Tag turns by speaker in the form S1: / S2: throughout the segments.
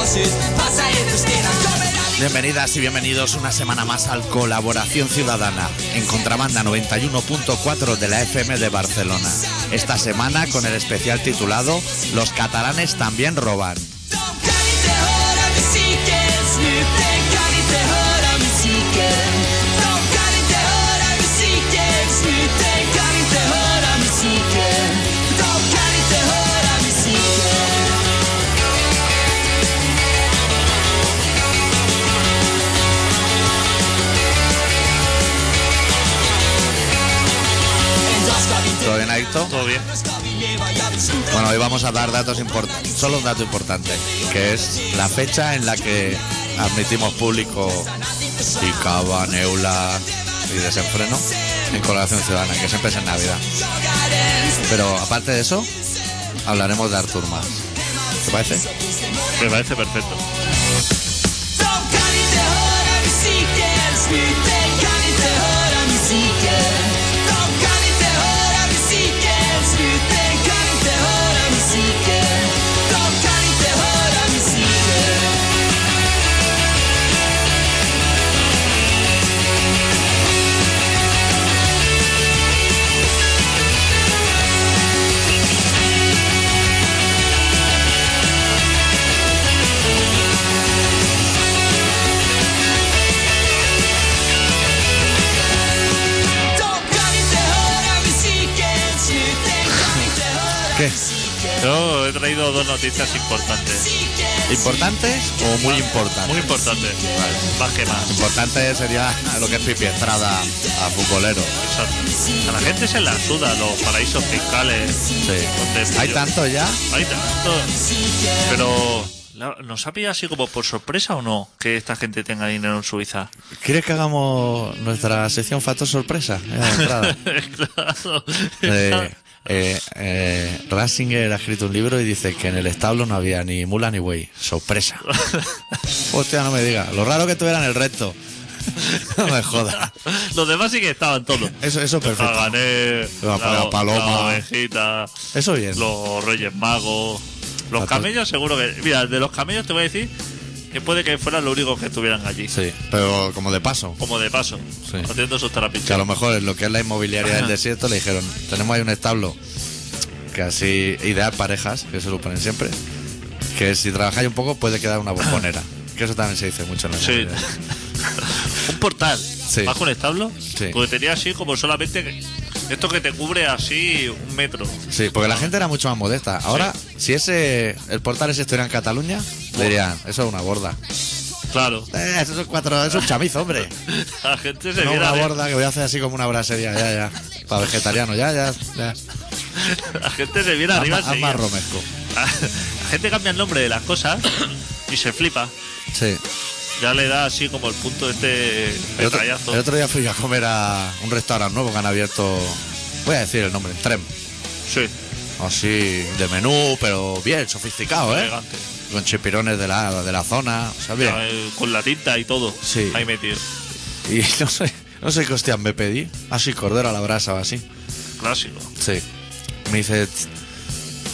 S1: faces. Pasa y entusquera,
S2: Bienvenidas y bienvenidos una semana más al Colaboración Ciudadana en Contrabanda 91.4 de la FM de Barcelona. Esta semana con el especial titulado Los catalanes también roban.
S1: De kan inte höra musiken, snuten kan inte höra musiken. De kan inte höra musiken, snuten kan inte höra musiken. De kan inte höra musiken. En dag ska vi
S2: ¿Todo bien, Adicto?
S3: Todo bien.
S1: dö, ska vi leva, jag vill sluta
S2: Bueno, hoy vamos a dar datos importantes, solo un dato importante, que es la fecha en la que admitimos público Ticaba, Neula y Desenfreno en Colaboración Ciudadana, que siempre es en Navidad.
S1: jaga den.
S2: Pero aparte de eso, hablaremos de Artur más. ¿Te parece?
S3: Me parece perfecto.
S1: De kan inte höra musiken, snuten kan inte höra musiken. De kan inte höra musiken, snuten kan inte höra musiken. De kan inte höra musiken. De kan inte höra musiken, snuten kan inte höra
S2: ¿Qué?
S1: musiken.
S3: Yo he traído dos noticias importantes.
S2: ¿Importantes o muy importantes?
S3: Muy importantes.
S2: Vale.
S3: Más que más.
S2: Importante sería lo que es Pipi Estrada a futbolero.
S3: Exacto. A la gente se la suda los paraísos fiscales.
S2: Sí.
S3: donde
S2: ¿Hay
S3: yo-
S2: tanto ya?
S3: Hay tanto. Pero la- nos ha pillado así como por sorpresa o no que esta gente tenga dinero en Suiza.
S2: ¿Quieres que hagamos nuestra sección Factor Sorpresa? Eh, de entrada.
S3: claro.
S2: Eh, eh, eh, Ratzinger ha escrito un libro y dice que en el establo no había ni mula ni buey. Sorpresa. Hostia, no me digas. Lo raro que tuvieran el resto. No me jodas.
S3: Los demás sí que estaban todos.
S2: Eso, eso es perfecto.
S3: Pagané,
S2: La paga paloma.
S3: la ovejita,
S2: Eso bien.
S3: los reyes magos, los
S2: Fatal.
S3: camellos seguro que... Mira, de los camellos te voy a decir que puede que fueran los únicos que estuvieran allí.
S2: Sí, pero como de paso.
S3: Como de paso,
S2: Sí.
S3: haciendo sus
S2: Que a
S3: terapichas.
S2: lo mejor en lo que es la inmobiliaria del desierto le dijeron, tenemos ahí un establo que así ideal parejas, que se lo ponen siempre, que si trabajáis un poco puede quedar una bombonera. Que eso también se dice mucho en la
S3: Sí.
S2: inmobiliaria.
S3: un portal
S2: Sí.
S3: bajo un establo
S2: Sí.
S3: porque tenía así como solamente que- esto que te cubre así un metro
S2: Sí, porque la gente era mucho más modesta. Ahora, si ese el portal ese estuviera en Cataluña, dirían, eso es una borda.
S3: claro
S2: Eh, eso es un cuatro, eso es un chamizo, hombre.
S3: la gente se
S2: No una
S3: viera de- ¿eh?
S2: borda que voy a hacer así como una brasería, ya, ya. Para vegetariano, ya, ya. ya.
S3: la gente se viera arriba
S2: Haz más- haz más
S3: enseguida.
S2: romesco.
S3: la gente cambia el nombre de las cosas y se flipa
S2: Sí.
S3: ya le da así como el punto de este
S2: El otro,
S3: detallazo.
S2: el otro día fui a comer a un restaurante nuevo que han abierto. Voy a decir el nombre, Trem.
S3: Sí,
S2: Así de menú, pero bien, sofisticado, ¿eh?
S3: elegante.
S2: Con chipirones de la, de la zona, o sea, bien.
S3: Eh, Con la tinta y todo.
S2: Sí.
S3: Ahí metido.
S2: Y no sé, no sé qué hostia me pedí. Así, cordero a la brasa o así.
S3: Clásico.
S2: Sí. Me dice, "Tss,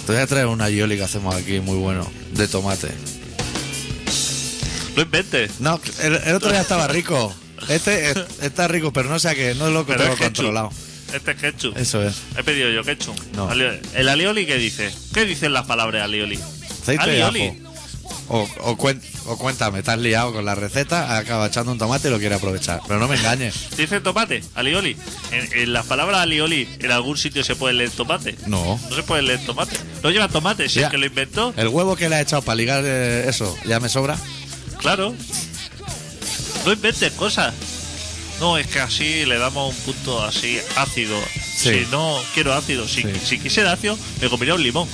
S2: te voy a traer una yoli que hacemos aquí, muy bueno, de tomate.
S3: No inventes.
S2: No, el, el otro día estaba rico. Este eh, está rico, pero no sé a qué, no es lo que
S3: Pero
S2: tengo
S3: es ketchup.
S2: controlado.
S3: Este es ketchup.
S2: Eso es.
S3: He pedido yo ketchup.
S2: No.
S3: Alio- ¿El alioli qué dice? ¿Qué dicen las palabras alioli?
S2: Aceite de
S3: alioli.
S2: ajo. O, o, cuen- o cuéntame, estás liado con la receta, acaba echando un tomate y lo quiere aprovechar. Pero no me engañes.
S3: Dice tomate, alioli. En, en las palabras alioli, en algún sitio se puede leer tomate.
S2: No.
S3: No se puede leer tomate. No lleva tomate, si
S2: Ya.
S3: es que lo inventó.
S2: El huevo que le ha echado para ligar eh, eso, ya me sobra.
S3: Claro. No inventes cosas. No, es que así le damos un punto así ácido.
S2: Sí.
S3: Si no quiero ácido, si,
S2: Sí.
S3: si quisiera ácido, me comería un limón.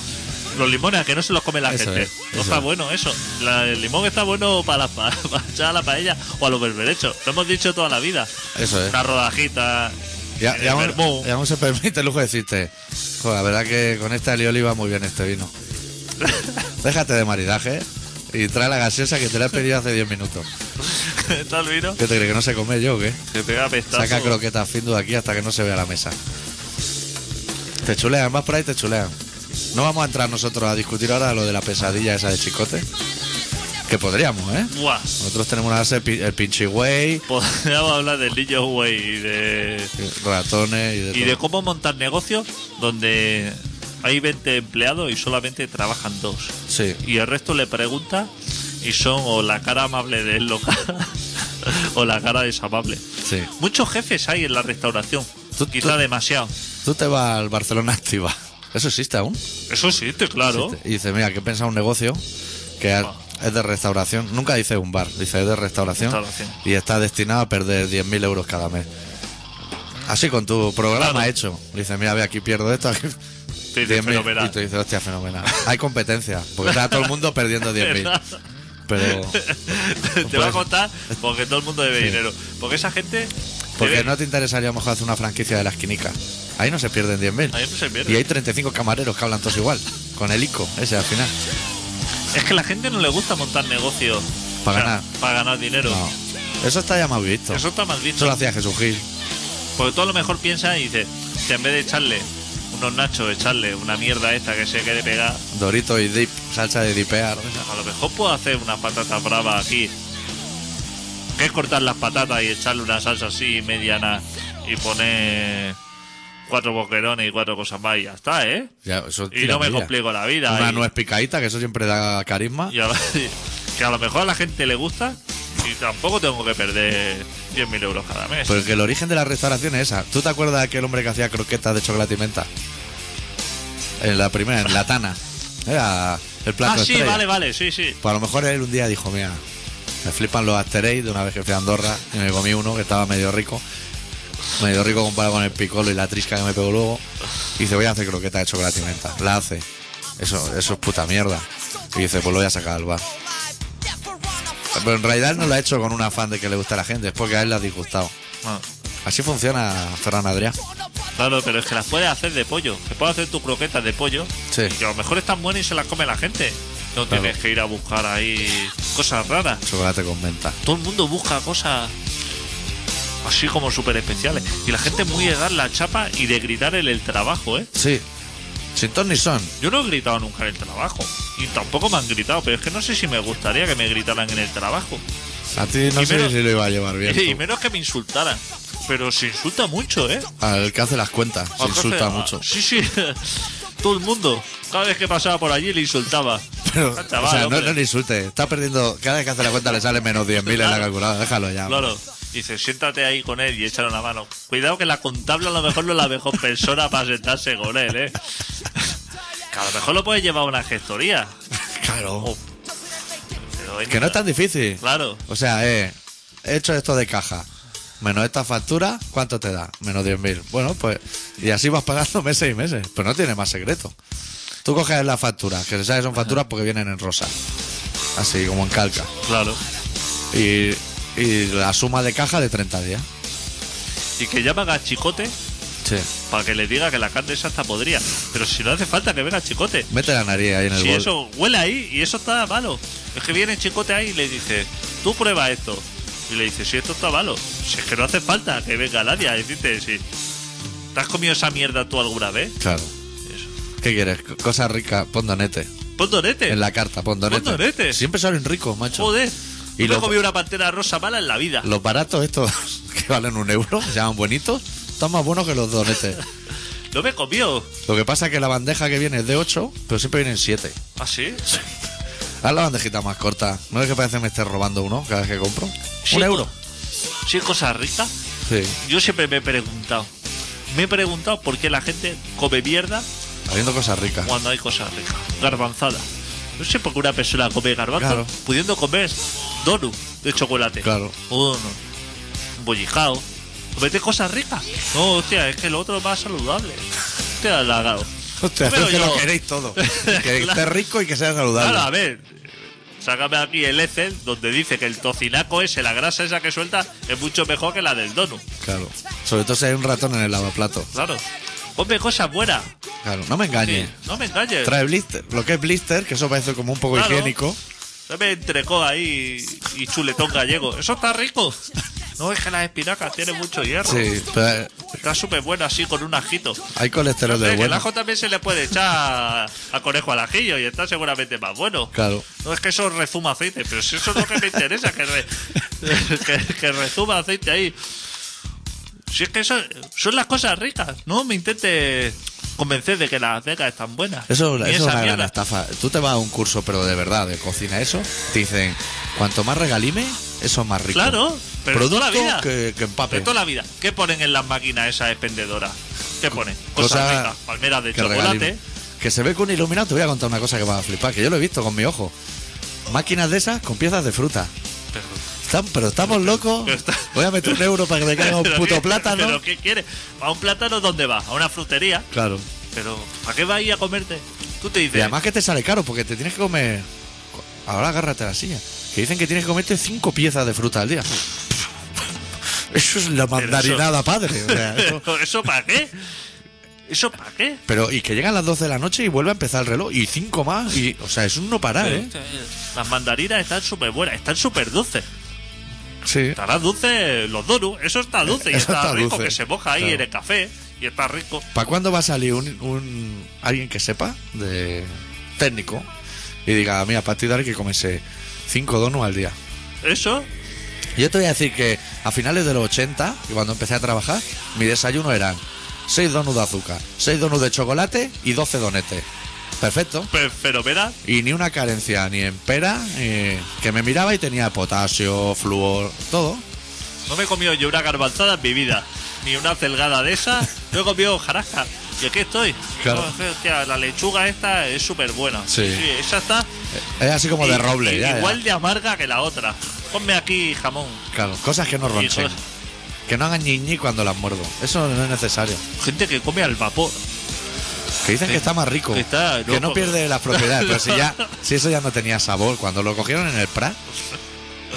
S3: Los limones a que no se los come la
S2: Eso
S3: gente.
S2: es,
S3: no
S2: eso
S3: está
S2: es.
S3: bueno eso. La- el limón está bueno para, la pa- para echar a la paella o a los berberechos. Lo hemos dicho toda la vida.
S2: Eso es.
S3: Una rodajita.
S2: Ya,
S3: en
S2: ya
S3: el
S2: aún-
S3: vermú.
S2: ya aún se permite el lujo de decirte, joder, la verdad que con este alioli va muy bien este vino. Déjate de maridaje y trae la gaseosa que te la he pedido hace 10 minutos.
S3: Está el vino.
S2: ¿Qué te crees que no se come yo o qué?
S3: Que pega pestazo.
S2: Saca croquetas fin de aquí hasta que no se vea la mesa. Te chulean, vas por ahí y te chulean. No vamos a entrar nosotros a discutir ahora lo de la pesadilla esa de Chicote. Que que podríamos, ¿eh?
S3: Buah.
S2: Nosotros tenemos una base, pi- el pinche güey, eh,
S3: Podríamos hablar del niño güey y de,
S2: ratones y de
S3: y de
S2: todo.
S3: cómo montar negocios donde hay 20 empleados y solamente trabajan dos.
S2: Sí.
S3: Y el resto le pregunta y son o la cara amable del local o la cara desamable.
S2: Sí.
S3: Muchos jefes hay en la restauración.
S2: Tú-
S3: Quizá
S2: tú-
S3: demasiado.
S2: Tú te vas al Barcelona Activa. ¿Eso existe aún?
S3: Eso sí, te- claro.
S2: Existe. Y dice, mira, que he pensado un negocio que ha-
S3: Ah.
S2: es de restauración. Nunca dice un bar, dice es de restauración.
S3: Restauración.
S2: Y está destinado a perder 10.000 euros cada mes. Así con tu programa
S3: Claro.
S2: hecho. Dice, mira, ve, aquí pierdo esto. Aquí...
S3: Te dice,
S2: 10.000.
S3: fenomenal.
S2: Y tú dices, hostia, fenomenal. Hay competencia, porque está todo el mundo perdiendo 10.000. Pero
S3: te va a contar porque todo el mundo debe
S2: Pues- Sí.
S3: dinero. Porque esa gente.
S2: porque
S3: debe-
S2: no te interesaría a lo mejor hacer una franquicia de las quinicas. Ahí no se pierden 10.000.
S3: Ahí no se pierde.
S2: Y hay 35 camareros que hablan todos igual, con el ICO, ese al final.
S3: Es que la gente no le gusta montar negocios.
S2: Para
S3: O sea,
S2: ganar.
S3: Para ganar dinero.
S2: No. Eso está ya más visto.
S3: Eso está mal
S2: Eso
S3: dicho.
S2: lo hacía Jesús Gil.
S3: Porque todo a lo mejor piensa y dice que en vez de echarle unos nachos, echarle una mierda esta que se quede pegada,
S2: Dorito y dip, salsa de dipear.
S3: a lo mejor puedo hacer unas patatas bravas aquí. Que es cortar las patatas y echarle una salsa así mediana y poner cuatro boquerones y cuatro cosas más y ya está, ¿eh?
S2: Ya, eso
S3: Y no me
S2: tiramilla.
S3: complico la vida.
S2: Una
S3: y-
S2: nuez picadita, que eso siempre da carisma.
S3: y a la- que a lo mejor a la gente le gusta y tampoco tengo que perder 10.000 euros cada mes.
S2: Porque el origen de la restauración es esa. ¿Tú te acuerdas de aquel hombre que hacía croquetas de chocolate y menta? En la primera, en la tana. Era el plato
S3: ah, sí,
S2: estrella.
S3: vale, vale, sí, sí.
S2: Pues a lo mejor él un día dijo, mira, me flipan los asteréis de una vez que fui a Andorra y me comí uno que estaba medio rico. Medio rico comparado con el picolo y la trisca que me pegó luego. Y dice, voy a hacer croqueta de chocolate y menta. La hace. Eso, eso es puta mierda. Y dice, pues lo voy a sacar al bar. Pero en realidad no lo ha hecho con un afán de que le guste a la gente, es porque a él le ha disgustado.
S3: Ah,
S2: Así funciona Ferran Adrià.
S3: Claro, pero es que las puedes hacer de pollo. Te puedes hacer tus croquetas de pollo.
S2: Sí.
S3: Y que a lo mejor están buenas y se las come la gente. No
S2: Claro.
S3: tienes que ir a buscar ahí cosas raras.
S2: Chocolate con menta.
S3: Todo el mundo busca cosas así como súper especiales. Y la gente es muy de dar la chapa y de gritar en el trabajo, ¿eh?
S2: Sí. Sin ton ni son.
S3: Yo no he gritado nunca en el trabajo. Y tampoco me han gritado, pero es que no sé si me gustaría que me gritaran en el trabajo.
S2: A ti no
S3: Y
S2: sé
S3: menos-
S2: si lo iba a llevar bien.
S3: Y
S2: tú.
S3: menos que me insultaran. Pero se insulta mucho, ¿eh?
S2: Al que hace las cuentas. Se
S3: Al jefe,
S2: insulta
S3: a-
S2: mucho.
S3: Sí, sí. Todo el mundo. Cada vez que pasaba por allí le insultaba.
S2: Pero,
S3: Ah, chaval,
S2: o sea, no,
S3: hombre.
S2: no le insulte. Está perdiendo. Cada vez que hace la cuenta le sale menos 10.000 en la
S3: Claro.
S2: calculadora. Déjalo ya.
S3: Claro. Dice, siéntate ahí con él y échale una mano. Cuidado que la contable a lo mejor no es la mejor persona para sentarse con él, ¿eh? Que a lo mejor lo puedes llevar a una gestoría.
S2: Claro.
S3: Oh, Pero venga.
S2: Que no es tan difícil.
S3: Claro.
S2: O sea, eh, he hecho esto de caja. Menos esta factura, ¿cuánto te da? Menos 10.000. Bueno, pues. Y así vas pagando meses y meses. Pero no tiene más secreto. Tú coges las facturas, que se sabe que son facturas porque vienen en rosa. Así como en calca.
S3: Claro.
S2: Y, y la suma de caja de 30 días.
S3: Y que llama a Chicote
S2: Sí.
S3: para que le diga que la carne esa está podría. Pero si no hace falta que venga Chicote.
S2: Mete la nariz ahí en el
S3: Si
S2: bol.
S3: eso huele ahí y eso está malo. Es que viene Chicote ahí y le dice, tú prueba esto. Y le dice, si esto está malo, si es que no hace falta que venga nadie a decirte si te has comido esa mierda tú alguna vez.
S2: Claro. ¿Qué quieres? C- Cosa rica, pon donete.
S3: Pon donete.
S2: En la carta, pon donete.
S3: Pon donete.
S2: Siempre salen ricos, macho.
S3: Joder.
S2: Y
S3: Y no me
S2: lo-
S3: he comido una pantera rosa mala en la vida.
S2: Los baratos estos que valen un euro, se llaman bonitos, están más buenos que los donetes.
S3: No me comió.
S2: Lo que pasa es que la bandeja que viene es de 8, pero siempre vienen 7.
S3: ¿Ah, sí?
S2: Haz la bandejita más corta. ¿No es que parece que me esté robando uno cada vez que compro?
S3: Sí,
S2: un
S3: co-
S2: euro.
S3: pues, Sí, cosas ricas.
S2: Sí.
S3: Yo siempre me he preguntado. Me he preguntado por qué la gente come mierda
S2: Habiendo cosas ricas.
S3: cuando hay cosas ricas. Garbanzada. No sé por qué una persona come garbanzo
S2: Claro.
S3: pudiendo comer donut de chocolate.
S2: Claro.
S3: O un, un bollicao. Comete cosas ricas. No, hostia, es que lo otro es más saludable. Te da halagado.
S2: Hostia,
S3: Pero
S2: es que
S3: yo-
S2: lo queréis todo. Que
S3: Claro.
S2: esté rico y que sea saludable.
S3: Claro, a ver. Sácame aquí el Excel donde dice que el tocinaco ese, la grasa esa que suelta, es mucho mejor que la del donut.
S2: Claro. Sobre todo si hay un ratón en el lavaplato.
S3: Claro. Come cosas buenas.
S2: Claro, no me
S3: Sí,
S2: engañes.
S3: no me engañes.
S2: Trae blister, lo que es blister, que eso parece como un poco
S3: Claro.
S2: higiénico.
S3: Dame entrecó ahí y chuletón gallego. Eso está rico. No, es que las espinacas tienen mucho hierro.
S2: Sí, pero
S3: Está súper bueno así con un ajito.
S2: hay colesterol del
S3: Eh, que El
S2: bueno.
S3: ajo también se le puede echar a conejo al ajillo y está seguramente más bueno.
S2: Claro.
S3: No es que eso rezuma aceite, pero si eso es lo que me interesa, que, re- que, que rezuma aceite ahí. Si es que eso son las cosas ricas, no me intente convencer de que las becas están buenas.
S2: Eso,
S3: Ni
S2: eso es
S3: esa
S2: una gran
S3: mierda.
S2: estafa. Tú te vas a un curso, pero de verdad, de cocina, eso. Te dicen, cuanto más regalime, eso es más rico.
S3: Claro, pero de
S2: Producto
S3: toda la vida.
S2: Que, que empape.
S3: De toda la vida. ¿Qué ponen en las máquinas esas expendedoras? ¿Qué ponen? Cosas
S2: Cosa
S3: ricas, palmeras de
S2: que
S3: chocolate.
S2: regalime. Que se ve con iluminado. Te voy a contar una cosa que vas a flipar, que yo lo he visto con mi ojo. Máquinas de esas con piezas de fruta.
S3: Pero-
S2: Están- pero estamos locos.
S3: pero está-
S2: Voy a meter un euro para que me caiga un
S3: ¿Pero
S2: puto
S3: qué-
S2: plátano.
S3: ¿Pero qué quiere? ¿A un plátano dónde va? ¿A una frutería?
S2: Claro.
S3: Pero, ¿a qué vas a ir a comerte? Tú te
S2: Y
S3: dices.
S2: además que te sale caro porque te tienes que comer. Ahora agárrate a la silla. Que dicen que tienes que comerte cinco piezas de fruta al día. Eso es la mandarinada padre. o sea, eso-
S3: ¿Pero ¿Eso para qué? ¿Eso para qué?
S2: Pero y que llegan las 12 de la noche y vuelve a empezar el reloj. Y cinco más. Y, o sea, es un no parar, ¿eh?
S3: Las mandarinas están súper buenas, están súper dulces.
S2: Sí.
S3: Estarán dulces los donuts, eso está dulce y
S2: Eso
S3: está,
S2: está
S3: rico,
S2: dulce,
S3: que se moja ahí
S2: claro.
S3: en el café y está rico.
S2: ¿Para cuándo va a salir un, un- alguien que sepa de técnico y diga, mira, a partir de ahora hay que comerse cinco donuts al día?
S3: Eso,
S2: Yo te voy a decir que a finales de los 80, y cuando empecé a trabajar, mi desayuno eran 6 donuts de azúcar, 6 donuts de chocolate y 12 donetes. Perfecto.
S3: pero, pero verás,
S2: Y ni una carencia, ni en pera, ni- que me miraba y tenía potasio, flúor, todo.
S3: no me he comido yo una garbanzada en mi vida, ni una celgada de esa, yo he comido jarasca. Y aquí estoy.
S2: Claro.
S3: No, es que, hostia, la lechuga esta es súper buena.
S2: Sí.
S3: Esa está
S2: Es así como de
S3: i-
S2: roble,
S3: i-
S2: ya, ya.
S3: igual de amarga que la otra. Ponme aquí jamón.
S2: Claro, cosas que no
S3: Y
S2: ronchen.
S3: cosas-
S2: Que no hagan ñiñi cuando las muerdo. Eso no es necesario.
S3: Gente que come al vapor.
S2: Eh. Que dicen que está más rico.
S3: Que está
S2: que no
S3: loco.
S2: pierde las propiedades. pero si ya, si eso ya no tenía sabor. Cuando lo cogieron en el Prat,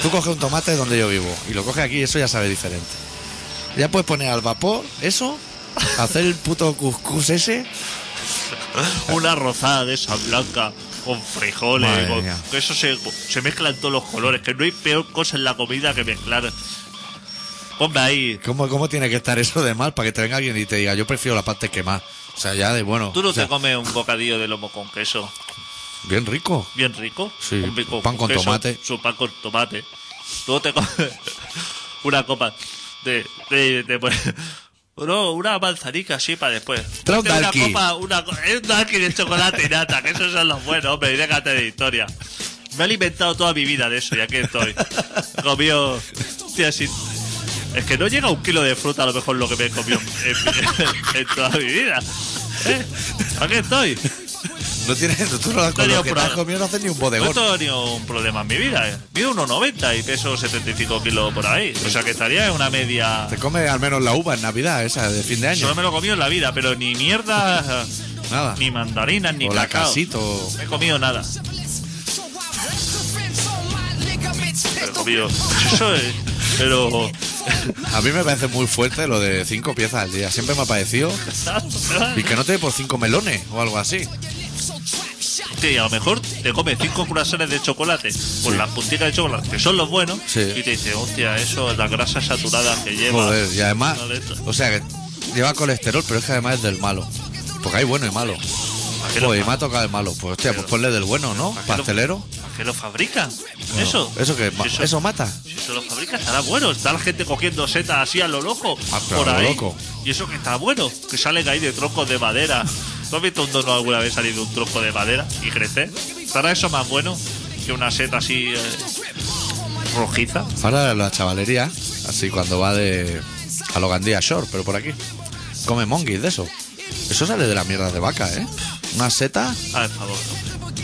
S2: tú coges un tomate donde yo vivo y lo coges aquí y eso ya sabe diferente. Ya puedes poner al vapor eso, hacer el puto cuscús ese.
S3: Una rosada de esa blanca con frijoles,
S2: Madre
S3: con-
S2: mía.
S3: que eso se, se mezclan todos los colores, que no hay peor cosa en la comida que mezclar. Ponme ahí.
S2: ¿Cómo, cómo tiene que estar eso de mal para que te venga alguien y te diga, yo prefiero la parte quemada? O sea, ya de bueno.
S3: Tú no
S2: o sea,
S3: te comes un bocadillo de lomo con queso,
S2: Bien rico.
S3: bien rico.
S2: Sí,
S3: un bico
S2: pan con tomate.
S3: Su pan con tomate. Tú no te comes una copa de. de, de- pues, no, una manzanica así para después.
S2: Trae un
S3: Ponte una
S2: dalki.
S3: copa, una, co- eh, un dalki de chocolate y nata, que esos son los buenos, hombre, y déjate de historia. Me he alimentado toda mi vida de eso y aquí estoy. Comió. hostia, si- es que no llega un kilo de fruta a lo mejor lo que me he comido en, en toda mi vida. ¿Eh? Aquí estoy.
S2: No tienes, tú no la- con
S3: Estaría
S2: lo que te
S3: por
S2: has
S3: ahí.
S2: comido no haces ni un
S3: No he
S2: bodegón.
S3: tenido ningún problema en mi vida. eh. Mido 1,90 y peso 75 kilos por ahí. O sea que estaría en una media.
S2: Te comes al menos la uva en Navidad, esa de fin de año.
S3: Solo me lo he comido en la vida, pero ni mierda,
S2: Nada.
S3: ni mandarinas, ni
S2: o la
S3: cacao.
S2: casito.
S3: No he comido nada. He comido. Eso es. Pero.
S2: A mí me parece muy fuerte lo de cinco piezas al día. Siempre me ha parecido. Y que no te dé por cinco melones o algo así.
S3: Sí, a lo mejor te comes cinco curaciones de chocolate con las puntitas de chocolate, que son los buenos,
S2: Sí.
S3: y te dice, hostia, eso, las grasas saturadas que lleva.
S2: Joder, y además.
S3: Una letra.
S2: O sea, que lleva colesterol, pero es que además es del malo. Porque hay bueno y malo.
S3: ¿Para qué lo
S2: Joder, y me ha tocado el malo. Pues hostia, pues ponle del bueno, ¿no?
S3: ¿Para qué lo-
S2: Pastelero.
S3: ¿Para qué lo fabrican? Eso.
S2: Eso que ma-
S3: Eso.
S2: eso mata.
S3: Si eso lo fabrica, estará bueno. Está la gente cogiendo setas así a lo loco.
S2: Ah, pero
S3: por
S2: a lo
S3: ahí.
S2: loco.
S3: Y eso que está bueno. Que salen ahí de troncos de madera. ¿Tú has visto un dono alguna vez salir de un tronco de madera y crecer? ¿Estará eso más bueno que una seta así eh, rojiza?
S2: Ahora la chavalería, así cuando va de. a los Gandía Shore, pero por aquí. Come monguis de eso. Eso sale de la mierda de vaca, ¿eh? Una seta.
S3: Ah, por favor.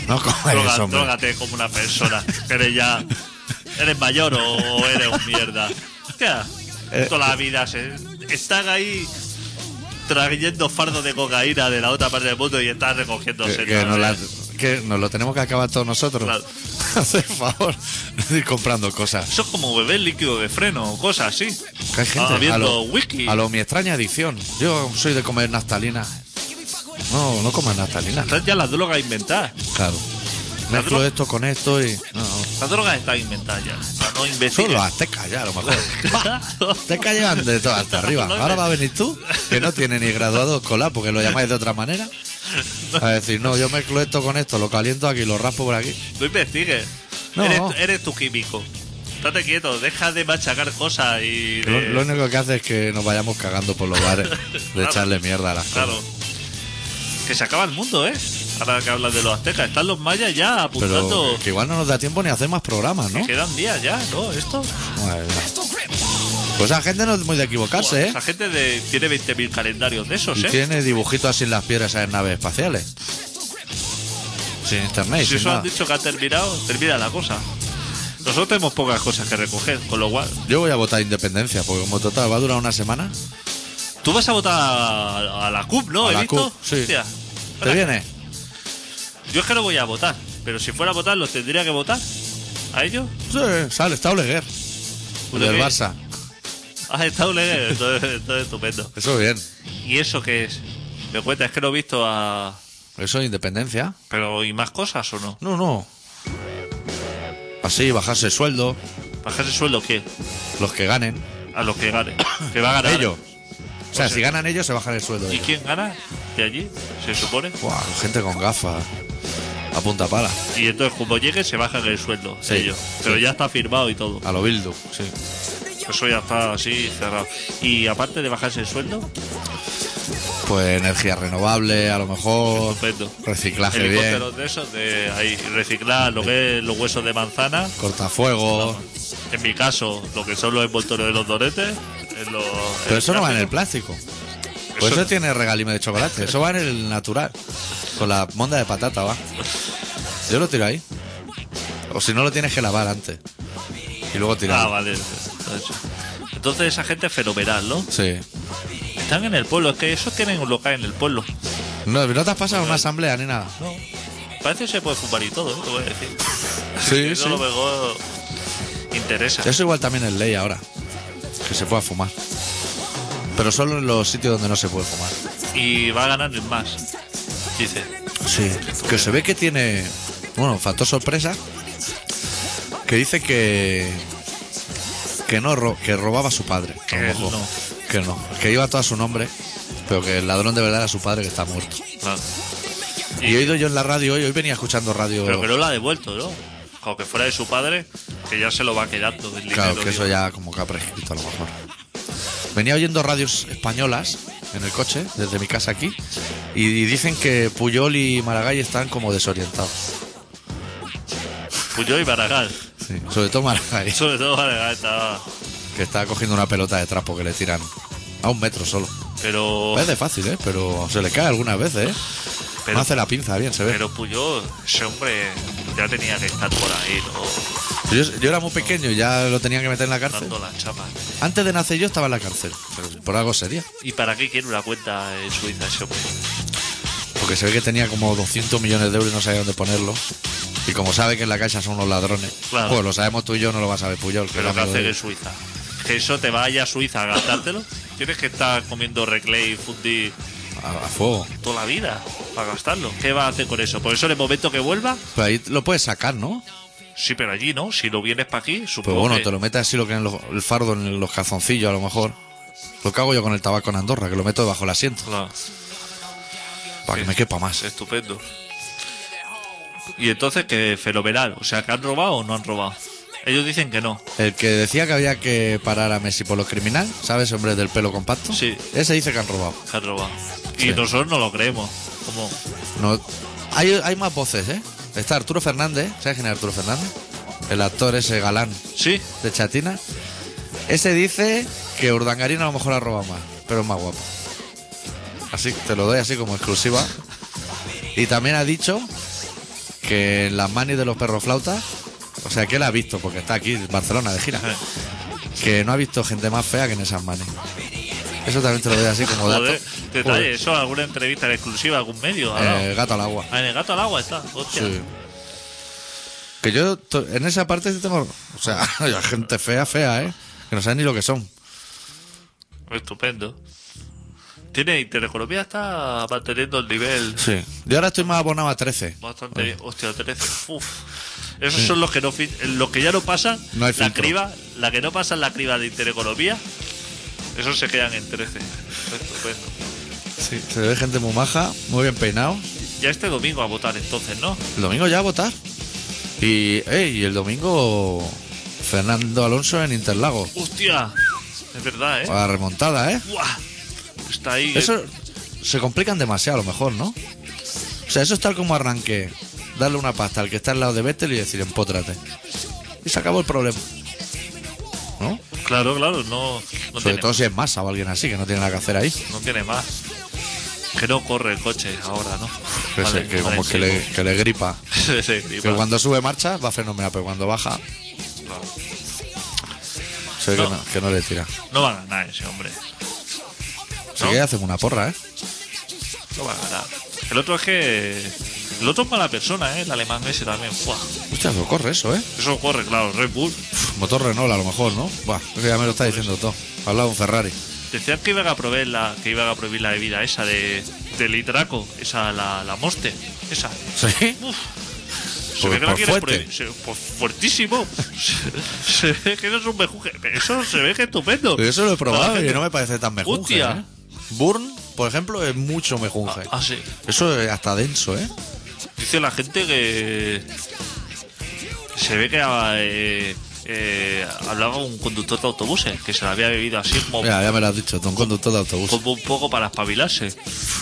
S2: No comes
S3: Droga-
S2: eso, hombre.
S3: drógate como una persona. Que eres ya. ¿Eres mayor o, o eres un mierda? Hostia,
S2: Eh,
S3: Toda la vida se, están ahí trayendo fardo de cocaína de la otra parte del mundo y están recogiendo
S2: que,
S3: setas,
S2: que nos
S3: ¿eh?
S2: la- que nos lo tenemos que acabar todos nosotros.
S3: Claro.
S2: Hacer favor de ir comprando cosas.
S3: Eso es como beber líquido de freno o cosas así.
S2: Que hay gente
S3: Ah, viendo
S2: a lo,
S3: whisky.
S2: a lo mi extraña adicción. Yo soy de comer naftalina. No, no comas naftalina.
S3: Están ya las drogas inventadas.
S2: Claro. Mezclo esto con esto y. No,
S3: Las drogas están inventadas ya. Para no
S2: son
S3: investigar.
S2: los aztecas ya, a lo mejor.
S3: Claro.
S2: Aztecas llevan de todo hasta arriba. Ahora va a venir tú, que no tiene ni graduado escolar, porque lo llamáis de otra manera. A decir, no, yo mezclo esto con esto, lo caliento aquí, lo raspo por aquí.
S3: No investigues.
S2: No.
S3: Eres, eres tu químico. Estate quieto, deja de machacar cosas y.
S2: Lo,
S3: de-
S2: lo único que hace es que nos vayamos cagando por los bares de
S3: Claro.
S2: echarle mierda a las cosas.
S3: Claro. Que se acaba el mundo, ¿eh? Ahora que hablas de los aztecas. Están los mayas ya apuntando.
S2: Pero que igual no nos da tiempo ni hacer más programas, ¿no?
S3: Que Quedan días ya, ¿no? Esto.
S2: Madre mía. Pues esa gente no es muy de equivocarse, ¿eh?
S3: Esa gente de, tiene 20.000 calendarios de esos,
S2: Y
S3: ¿eh?
S2: tiene dibujitos así en las piedras esas naves espaciales. Sin internet,
S3: Si
S2: sin
S3: eso
S2: nada.
S3: han dicho que ha terminado, termina la cosa. Nosotros tenemos pocas cosas que recoger, con lo cual.
S2: Yo voy a votar independencia, porque como total va a durar una semana.
S3: Tú vas a votar a, a la CUP, ¿no?
S2: A
S3: ¿He
S2: la
S3: visto?
S2: CUP, sí.
S3: Hostia.
S2: ¿Te viene?
S3: Yo es que no voy a votar, pero si fuera a votar, los tendría que votar. ¿A ellos?
S2: Sí, sale, está Oleguer.
S3: ¿Pero
S2: Del
S3: qué?
S2: Barça.
S3: Ah, está Oleguer, entonces, entonces estupendo.
S2: Eso bien.
S3: ¿Y eso qué es? Me cuenta, es que no he visto a.
S2: Eso es independencia.
S3: Pero, ¿y más cosas o no?
S2: No, no. Así, bajarse el sueldo,
S3: ¿Bajar el sueldo qué?
S2: los que ganen.
S3: A los que gane. Que va a ganar.
S2: Ellos. O sea,
S3: Pues
S2: si
S3: sí.
S2: ganan ellos, se bajan el sueldo.
S3: ¿Y
S2: ellos.
S3: quién gana de allí? Se supone.
S2: Buah, gente con gafas. A punta pala.
S3: Y entonces, como llegue, se bajan el sueldo.
S2: Sí,
S3: ellos. Pero
S2: sí.
S3: ya está firmado y todo.
S2: A lo Bildu, sí.
S3: Eso ya está así cerrado. Y aparte de bajarse el sueldo,
S2: Pues energía renovable, a lo mejor.
S3: Estupendo.
S2: Reciclaje bien.
S3: helicópteros de esos, de ahí reciclar lo que es los huesos de manzana.
S2: Cortafuegos.
S3: En mi caso, lo que son los envoltorios de los doretes. en los-
S2: Pero eso no va en el plástico. Pues eso,
S3: Eso-
S2: tiene regalime de chocolate. Eso va en el natural. Con la monda de patata va. Yo lo tiro ahí. O si no lo tienes que lavar antes. Y luego
S3: Ah,
S2: tirar.
S3: vale. lo he hecho. Entonces esa gente es fenomenal, ¿no?
S2: Sí.
S3: Están en el pueblo, es que esos tienen un local en el pueblo.
S2: No, no te has pasado una asamblea ni nada.
S3: No. Parece que se puede fumar y todo, ¿eh? te voy a decir.
S2: Sí,
S3: Eso
S2: sí.
S3: lo mejor interesa.
S2: Eso igual también es ley ahora. Que se pueda fumar. Pero solo en los sitios donde no se puede fumar.
S3: Y va a ganar el más. Dice.
S2: Sí. Que se ve que tiene. Bueno, factor sorpresa. Que dice que. Que no ro- que robaba a su padre. a lo
S3: Que
S2: mejor.
S3: no.
S2: Que no. Que iba todo a su nombre. Pero que el ladrón de verdad era su padre que está muerto.
S3: claro.
S2: Y he oído yo en la radio hoy, hoy venía escuchando radio.
S3: Pero que no lo ha devuelto, ¿no? Aunque fuera de su padre, que ya se lo va quedando. El dinero,
S2: claro, que
S3: digo.
S2: eso ya como que ha prescrito a lo mejor. Venía oyendo radios españolas en el coche, desde mi casa aquí, y, y dicen que Puyol y Maragall están como desorientados.
S3: Puyol y Maragall.
S2: Sí, sobre todo Maragall.
S3: Sobre todo Maragall está.
S2: que está cogiendo una pelota de trapo que le tiran a un metro solo.
S3: Pero.
S2: Es de fácil, ¿eh? Pero se le cae algunas veces, ¿eh?
S3: Oh. Pero,
S2: no hace la pinza bien, se ve.
S3: pero Puyol, ese hombre ya tenía que estar por ahí, ¿no?
S2: yo, yo era muy pequeño y ya lo tenían que meter en la cárcel.
S3: Dando las chapas.
S2: Antes de nacer yo estaba en la cárcel. Pero por algo sería.
S3: ¿Y para qué quiere una cuenta en Suiza ese hombre?
S2: Porque se ve que tenía como 200 millones de euros y no sabía dónde ponerlo. Y como sabe que en la caixa son los ladrones,
S3: Claro.
S2: pues lo sabemos tú y yo, no lo va a saber Puyol. Que
S3: Pero
S2: era
S3: que
S2: amigo eh.
S3: hace
S2: de-
S3: que Suiza. Que eso te vaya a Suiza a gastártelo. Tienes que estar comiendo reclay y fundir
S2: a, a fuego.
S3: toda la vida para gastarlo. ¿Qué va a hacer con eso? Por eso en el momento que vuelva,
S2: Pero ahí lo puedes sacar, ¿no?
S3: sí, pero allí no. Si no vienes para aquí,
S2: Pero
S3: supongo
S2: Pues bueno,
S3: que-
S2: te lo metes así lo que en los- el fardo en los calzoncillos a lo mejor. Lo que hago yo con el tabaco en Andorra, que lo meto debajo del asiento.
S3: Claro.
S2: Para que me quepa más.
S3: Ah, Estupendo. Y entonces, que fenomenal. O sea, que han robado o no han robado. Ellos dicen que no.
S2: El que decía que había que parar a Messi por lo criminal, ¿sabes? Hombre del pelo compacto.
S3: Sí.
S2: Ese dice que han robado.
S3: Que han robado. Y
S2: Sí.
S3: nosotros no lo creemos. Como
S2: No, hay, hay más voces, ¿eh? Está Arturo Fernández, ¿sabes quién es Arturo Fernández? El actor ese galán
S3: Sí,
S2: de Chatina. Ese dice que Urdangarín a lo mejor ha robado más, pero es más guapo. Así que te lo doy así como exclusiva. Y también ha dicho que en las manis de los perros flautas, o sea que él ha visto, porque está aquí en Barcelona de gira, que no ha visto gente más fea que en esas manis. Eso también te lo doy así como dato.
S3: joder. Detalle, eso alguna entrevista en exclusiva, algún medio. ha
S2: Joder,
S3: dado.
S2: Pues- eh, gato al agua.
S3: Ah, en el gato al agua está. Hostia.
S2: Sí. Que yo to- en esa parte sí tengo. O sea, hay gente fea, fea, ¿eh? Que no saben ni lo que son.
S3: Estupendo. Tiene Intereconomía, está manteniendo el nivel
S2: Sí. Yo ahora estoy más abonado a 13.
S3: bastante bien. Hostia, 13. Uf. Esos son los que no fi- los que ya no pasan
S2: No hay
S3: la
S2: filtro.
S3: criba, la que no pasan la criba de Intereconomía, esos se quedan en 13. Estupendo.
S2: Sí. Se ve gente muy maja, muy bien peinado.
S3: Ya este domingo a votar entonces, ¿no?
S2: El domingo ya a votar. Y, eh, y el domingo Fernando Alonso en Interlago.
S3: Hostia. Es verdad, ¿eh?
S2: A la remontada, ¿eh?
S3: Buah. Está ahí. eh.
S2: Eso se complican demasiado a lo mejor, ¿no? O sea, eso es tal como arranque. Darle una pasta al que está al lado de Vettel y decir, empótrate. Y se acabó el problema. ¿No?
S3: Claro, claro, no, no,
S2: Sobre
S3: tiene,
S2: todo si es masa o alguien así, que no tiene nada que hacer ahí.
S3: no tiene más. Que no corre el coche ahora, ¿no?
S2: Que se-
S3: Vale,
S2: Pues que
S3: vale,
S2: como
S3: sí.
S2: que le, que le gripa.
S3: Sí, sí, sí,
S2: Que
S3: va.
S2: cuando sube marcha va fenomenal, pero cuando baja
S3: No,
S2: se ve
S3: No.
S2: que, no, que no le tira.
S3: no va a ganar ese hombre.
S2: Así
S3: ¿No?
S2: que hacemos una porra, ¿eh?
S3: No va a ganar. El otro es que. El otro es mala persona, ¿eh? El alemán ese también. Buah.
S2: Hostia, lo corre eso, ¿eh?
S3: Eso corre, claro, Red Bull.
S2: Pf, Motor Renault a lo mejor, ¿no? Buah, eso ya me lo está diciendo todo. Habla de un Ferrari.
S3: Decían que iban a prohibir la, que iban a prohibir la bebida esa de, de litraco, esa, la, la moste, esa.
S2: ¿Sí?
S3: Uf. Se
S2: Por-
S3: ve
S2: Pues
S3: que la
S2: por
S3: quieren
S2: fuerte.
S3: prohibir. Se- por fuertísimo. se, se ve que eso es un mejuje. Eso se ve que es estupendo.
S2: Pero eso lo he probado
S3: Para la
S2: y
S3: gente.
S2: no me parece tan mejunje.
S3: Hostia.
S2: ¿eh? Burn, por ejemplo, es mucho mejunje.
S3: Ah, sí.
S2: Eso es hasta denso, ¿eh?
S3: Dice la gente que. Se ve que eh, eh, hablaba un conductor de autobuses que se la había bebido así como,
S2: Mira, ya me lo has dicho, tú un conductor de autobús.
S3: como un poco para espabilarse.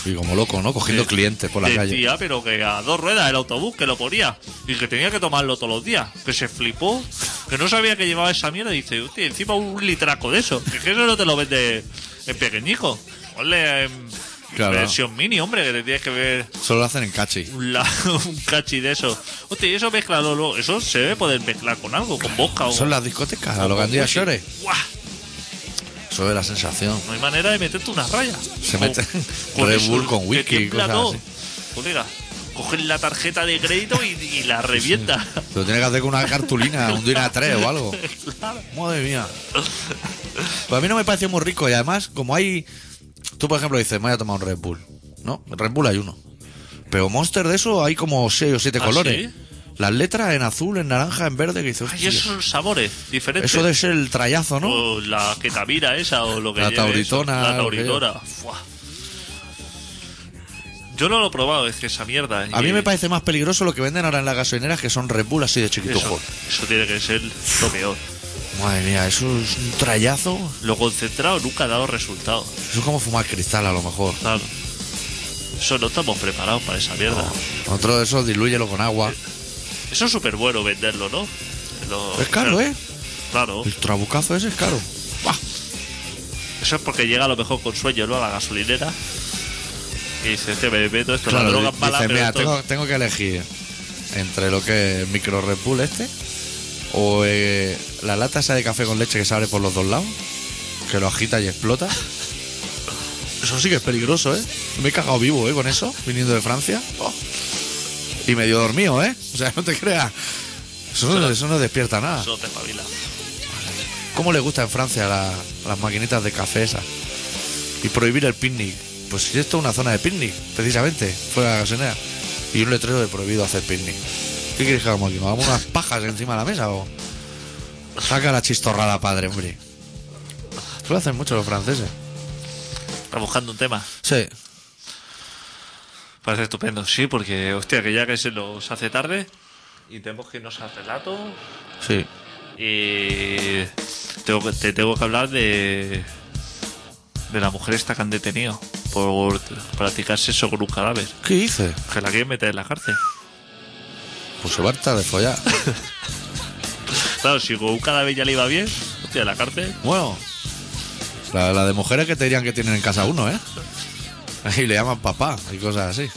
S2: Y como loco, ¿no? Cogiendo
S3: Oh. Sí.
S2: clientes por la calle.
S3: Decía, pero que a dos ruedas el autobús que lo ponía y que tenía que tomarlo todos los días. Que se flipó, que no sabía que llevaba esa mierda. Y dice, hostia, encima un litraco de eso. Es que eso no te lo vende en pequeñico. Ponle en
S2: Claro.
S3: versión mini, hombre, que te tienes que ver
S2: Solo lo hacen en cachi.
S3: un, la- un cachi de eso. Hostia, y eso mezclado luego. Eso se debe poder mezclar con algo, con vodka o.
S2: Son las discotecas, a
S3: o
S2: lo
S3: con
S2: Gandía
S3: whisky.
S2: Shore.
S3: Guau,
S2: Eso es la sensación.
S3: No hay manera de meterte unas rayas.
S2: Se
S3: Con-
S2: mete
S3: con
S2: Red
S3: eso,
S2: Bull con
S3: que
S2: whisky y
S3: tiembla
S2: cosas
S3: todo.
S2: así.
S3: Colega, coges la tarjeta de crédito y, y la revienta.
S2: Lo tiene que hacer con una cartulina, un Dina 3 o algo. Madre mía. Pues a mí no me pareció muy rico y además, como hay. Tú, por ejemplo, dices, me voy a tomar un Red Bull. ¿No? Red Bull hay uno. Pero Monster de eso hay como 6 o 7
S3: ¿Ah,
S2: colores.
S3: sí?
S2: Las letras en azul, en naranja, en verde, que dices,
S3: Ay,
S2: "Hostia,
S3: esos son sabores diferentes.
S2: eso debe ser el trayazo, ¿no?
S3: O la ketamina esa o lo que
S2: La
S3: lleve eso,
S2: tauritona,
S3: La
S2: lo que lleve.
S3: tauritona. Fuah. Yo no lo he probado, es que esa mierda.
S2: A
S3: y-
S2: mí me parece más peligroso lo que venden ahora en las gasolineras, que son Red Bull así de
S3: eso,
S2: chiquitujo.
S3: eso tiene que ser lo peor.
S2: Madre mía, eso es un trayazo.
S3: Lo concentrado nunca ha dado resultado.
S2: Eso es como fumar cristal, a lo mejor.
S3: Claro. Eso no estamos preparados para esa mierda.
S2: Otro de esos, dilúyelo con agua.
S3: Eh, Eso es súper bueno venderlo, ¿no? Lo-
S2: Es caro, ¿eh?
S3: Claro.
S2: El trabucazo ese es caro. Buah.
S3: Eso es porque llega a lo mejor con sueño, ¿no? A la gasolinera. Y dice, te me meto esto, la
S2: Claro,
S3: droga
S2: di-
S3: mala,
S2: dices,
S3: pero
S2: mira,
S3: esto-
S2: tengo, tengo que elegir entre lo que es micro Red Bull este o eh, la lata esa de café con leche que se abre por los dos lados, que lo agita y explota. Eso sí que es peligroso, ¿eh? Me he cagado vivo, ¿eh? Con eso, viniendo de Francia. Oh. Y medio dormido, ¿eh? O sea, no te creas. Eso no, eso no despierta nada.
S3: Eso te espabila.
S2: ¿Cómo le gusta en Francia la- las maquinitas de café esas? Y prohibir el picnic. Pues si esto es una zona de picnic, precisamente, fuera de la gasolinera. Y un letrero de prohibido hacer picnic. ¿Qué quieres que hagamos aquí? ¿Nos hagamos unas pajas encima de la mesa o.? Saca la chistorrada, padre, hombre. Eso lo hacen mucho los franceses.
S3: Está buscando un tema.
S2: Sí.
S3: Parece estupendo, sí, porque, hostia, que ya que se nos hace tarde y tenemos que irnos al relato
S2: Sí.
S3: y tengo, que- te tengo que hablar de de la mujer esta que han detenido por practicar sexo con un cadáver,
S2: ¿Qué dices?
S3: que la quieren meter en la cárcel.
S2: Pues se barta de follar.
S3: Claro, si con un cadáver ya le iba bien, hostia, la cárcel,
S2: Bueno, la, la de mujeres que te dirían que tienen en casa uno, ¿eh? Y le llaman papá y cosas así.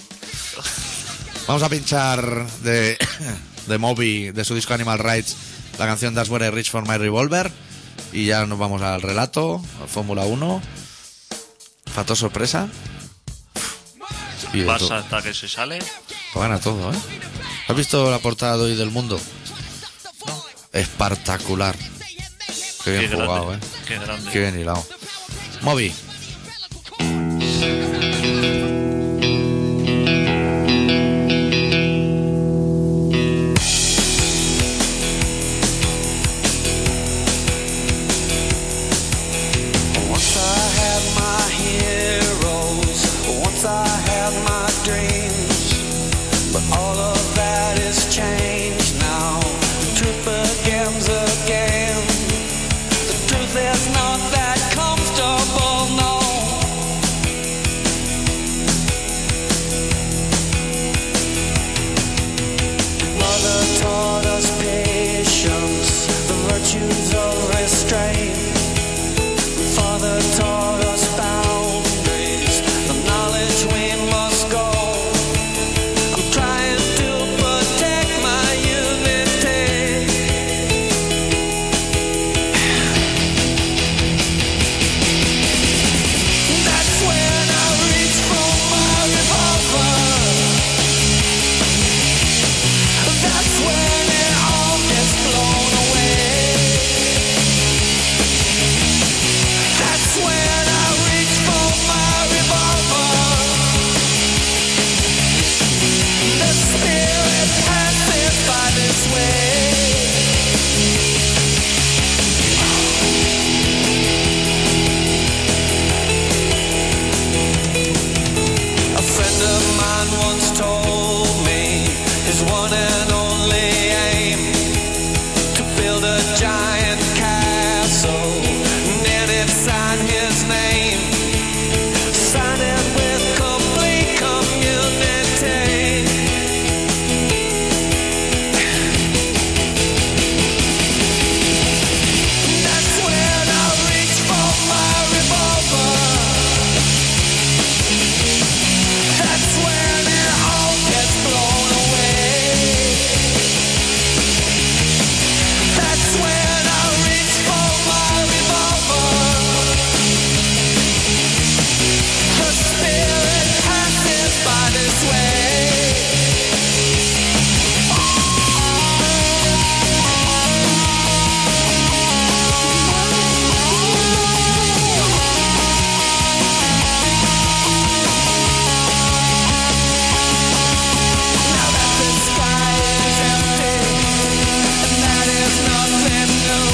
S2: Vamos a pinchar de, de Moby, de su disco Animal Rights, la canción That's Where I Reach for My Revolver. Y ya nos vamos al relato, a Fórmula 1. Factor sorpresa. Y de
S3: Barça
S2: todo.
S3: hasta que se sale.
S2: Lo gana todo, ¿eh? ¿Has visto la portada de hoy del mundo? Espartacular. Qué bien
S3: Qué
S2: jugado,
S3: grande,
S2: ¿eh?
S3: qué grande.
S2: Qué bien hilado. Moby.
S1: Moby. giant castle, and then it signed his name. Signed it with complete community. That's when I reach for my revolver. That's when it all gets blown away. That's when I reach for my revolver. Her spirit passes by this way. Now that the sky is empty, and that is nothing new.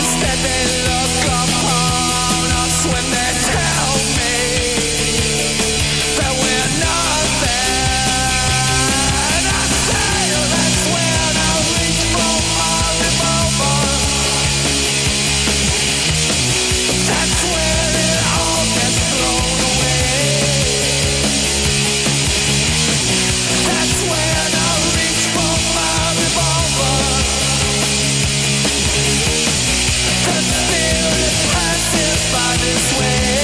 S1: Instead they look upon us when they tell me that we're nothing. I say that's when I reach for my revolver. That's when it all gets blown away. That's when I reach for my revolver. The spirit passes by this way.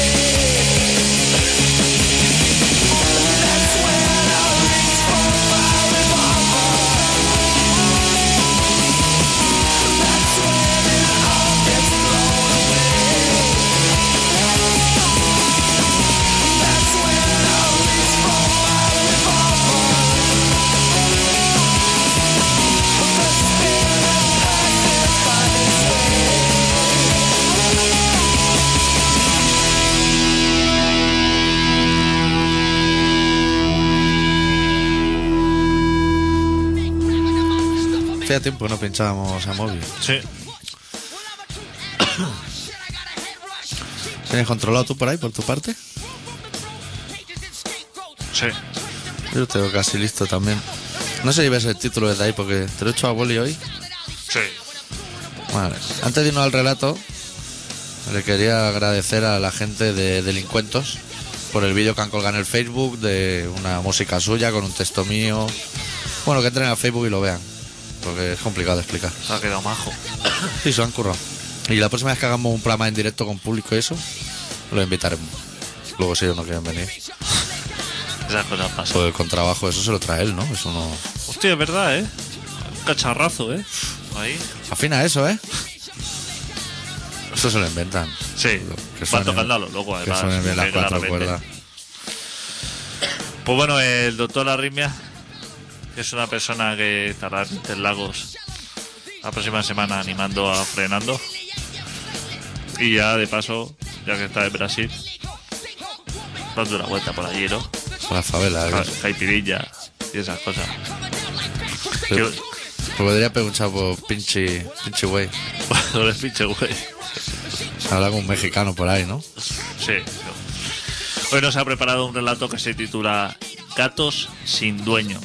S1: That's when I reach for my revolver. That's when it all gets blown away. That's when I reach for my revolver. The spirit passes by this way.
S2: Hacía tiempo que no pinchábamos a móvil.
S3: Sí.
S2: ¿Tienes controlado tú por ahí, por tu parte?
S3: Sí.
S2: Yo lo tengo casi listo también. No sé si ves el título desde ahí porque te lo he hecho a boli hoy.
S3: Sí.
S2: Vale. Antes de irnos al relato, le quería agradecer a la gente de Delincuentos por el vídeo que han colgado en el Facebook de una música suya con un texto mío. Bueno, que entren al Facebook y lo vean, porque es complicado de explicar.
S3: Se ha quedado majo.
S2: Sí, se lo han currado. Y la próxima vez que hagamos un programa en directo con público y eso, lo invitaremos. Luego si ellos no quieren venir.
S3: Esas cosas pasan.
S2: Pues con trabajo eso se lo trae él, ¿no? Eso no...
S3: Hostia, es verdad, ¿eh? Un cacharrazo, ¿eh? Ahí.
S2: Afina eso, ¿eh? Eso se lo inventan.
S3: Sí.
S2: Que
S3: Va
S2: suene-
S3: tocando a lo loco,
S2: Que
S3: además.
S2: suenen bien las
S3: que
S2: cuatro
S3: claramente.
S2: cuerdas.
S3: Pues bueno, el doctor Arritmia, que es una persona que estará en Lagos la próxima semana animando a Frenando. Y ya de paso, ya que está en Brasil, dando una vuelta por allí, ¿no?
S2: La favela.
S3: Ah.
S2: ¿eh?
S3: Caipirilla y esas cosas.
S2: Sí.
S3: Que-
S2: Pues podría preguntar por pinche, pinche güey.
S3: No les pinche, güey.
S2: Habla con un mexicano por ahí, ¿no?
S3: Sí. Hoy nos ha preparado un relato que se titula Gatos sin dueño.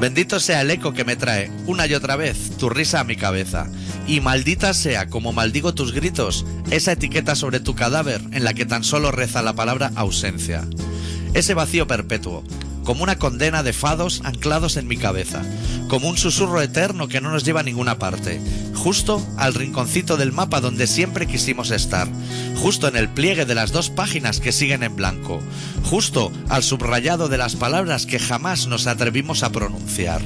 S2: Bendito sea el eco que me trae una y otra vez tu risa a mi cabeza. Y maldita sea, como maldigo tus gritos, esa etiqueta sobre tu cadáver en la que tan solo reza la palabra ausencia. Ese vacío perpetuo, como una condena de fados anclados en mi cabeza, como un susurro eterno que no nos lleva a ninguna parte, justo al rinconcito del mapa donde siempre quisimos estar, justo en el pliegue de las dos páginas que siguen en blanco, justo al subrayado de las palabras que jamás nos atrevimos a pronunciar.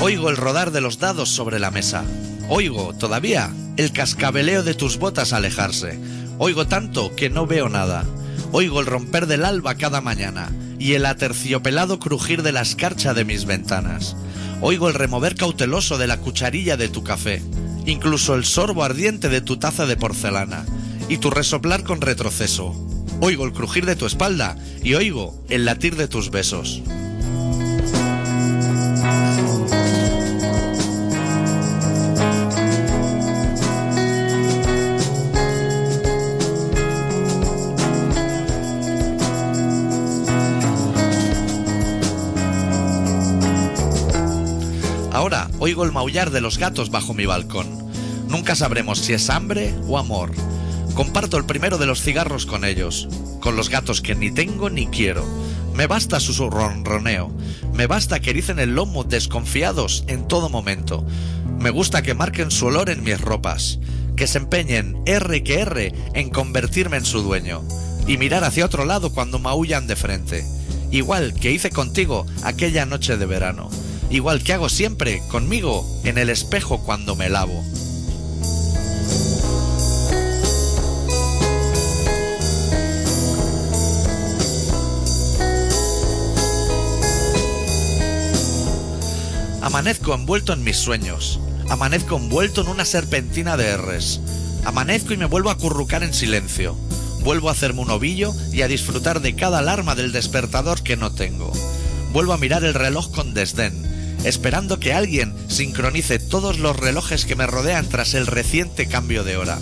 S2: Oigo el rodar de los dados sobre la mesa. Oigo, todavía, el cascabeleo de tus botas alejarse. Oigo tanto que no veo nada. Oigo el romper del alba cada mañana y el aterciopelado crujir de la escarcha de mis ventanas. Oigo el remover cauteloso de la cucharilla de tu café, incluso el sorbo ardiente de tu taza de porcelana, y tu resoplar con retroceso. Oigo el crujir de tu espalda y oigo el latir de tus besos. Ahora oigo el maullar de los gatos bajo mi balcón. Nunca sabremos si es hambre o amor. Comparto el primero de los cigarros con ellos, con los gatos que ni tengo ni quiero. Me basta su ronroneo, me basta que ericen el lomo desconfiados en todo momento. Me gusta que marquen su olor en mis ropas, que se empeñen R que R en convertirme en su dueño y mirar hacia otro lado cuando maullan de frente, igual que hice contigo aquella noche de verano igual que hago siempre conmigo en el espejo cuando me lavo. Amanezco envuelto en mis sueños, amanezco envuelto en una serpentina de R's, amanezco y me vuelvo a currucar en silencio, vuelvo a hacerme un ovillo y a disfrutar de cada alarma del despertador que no tengo vuelvo a mirar el reloj con desdén, esperando que alguien sincronice todos los relojes que me rodean tras el reciente cambio de hora.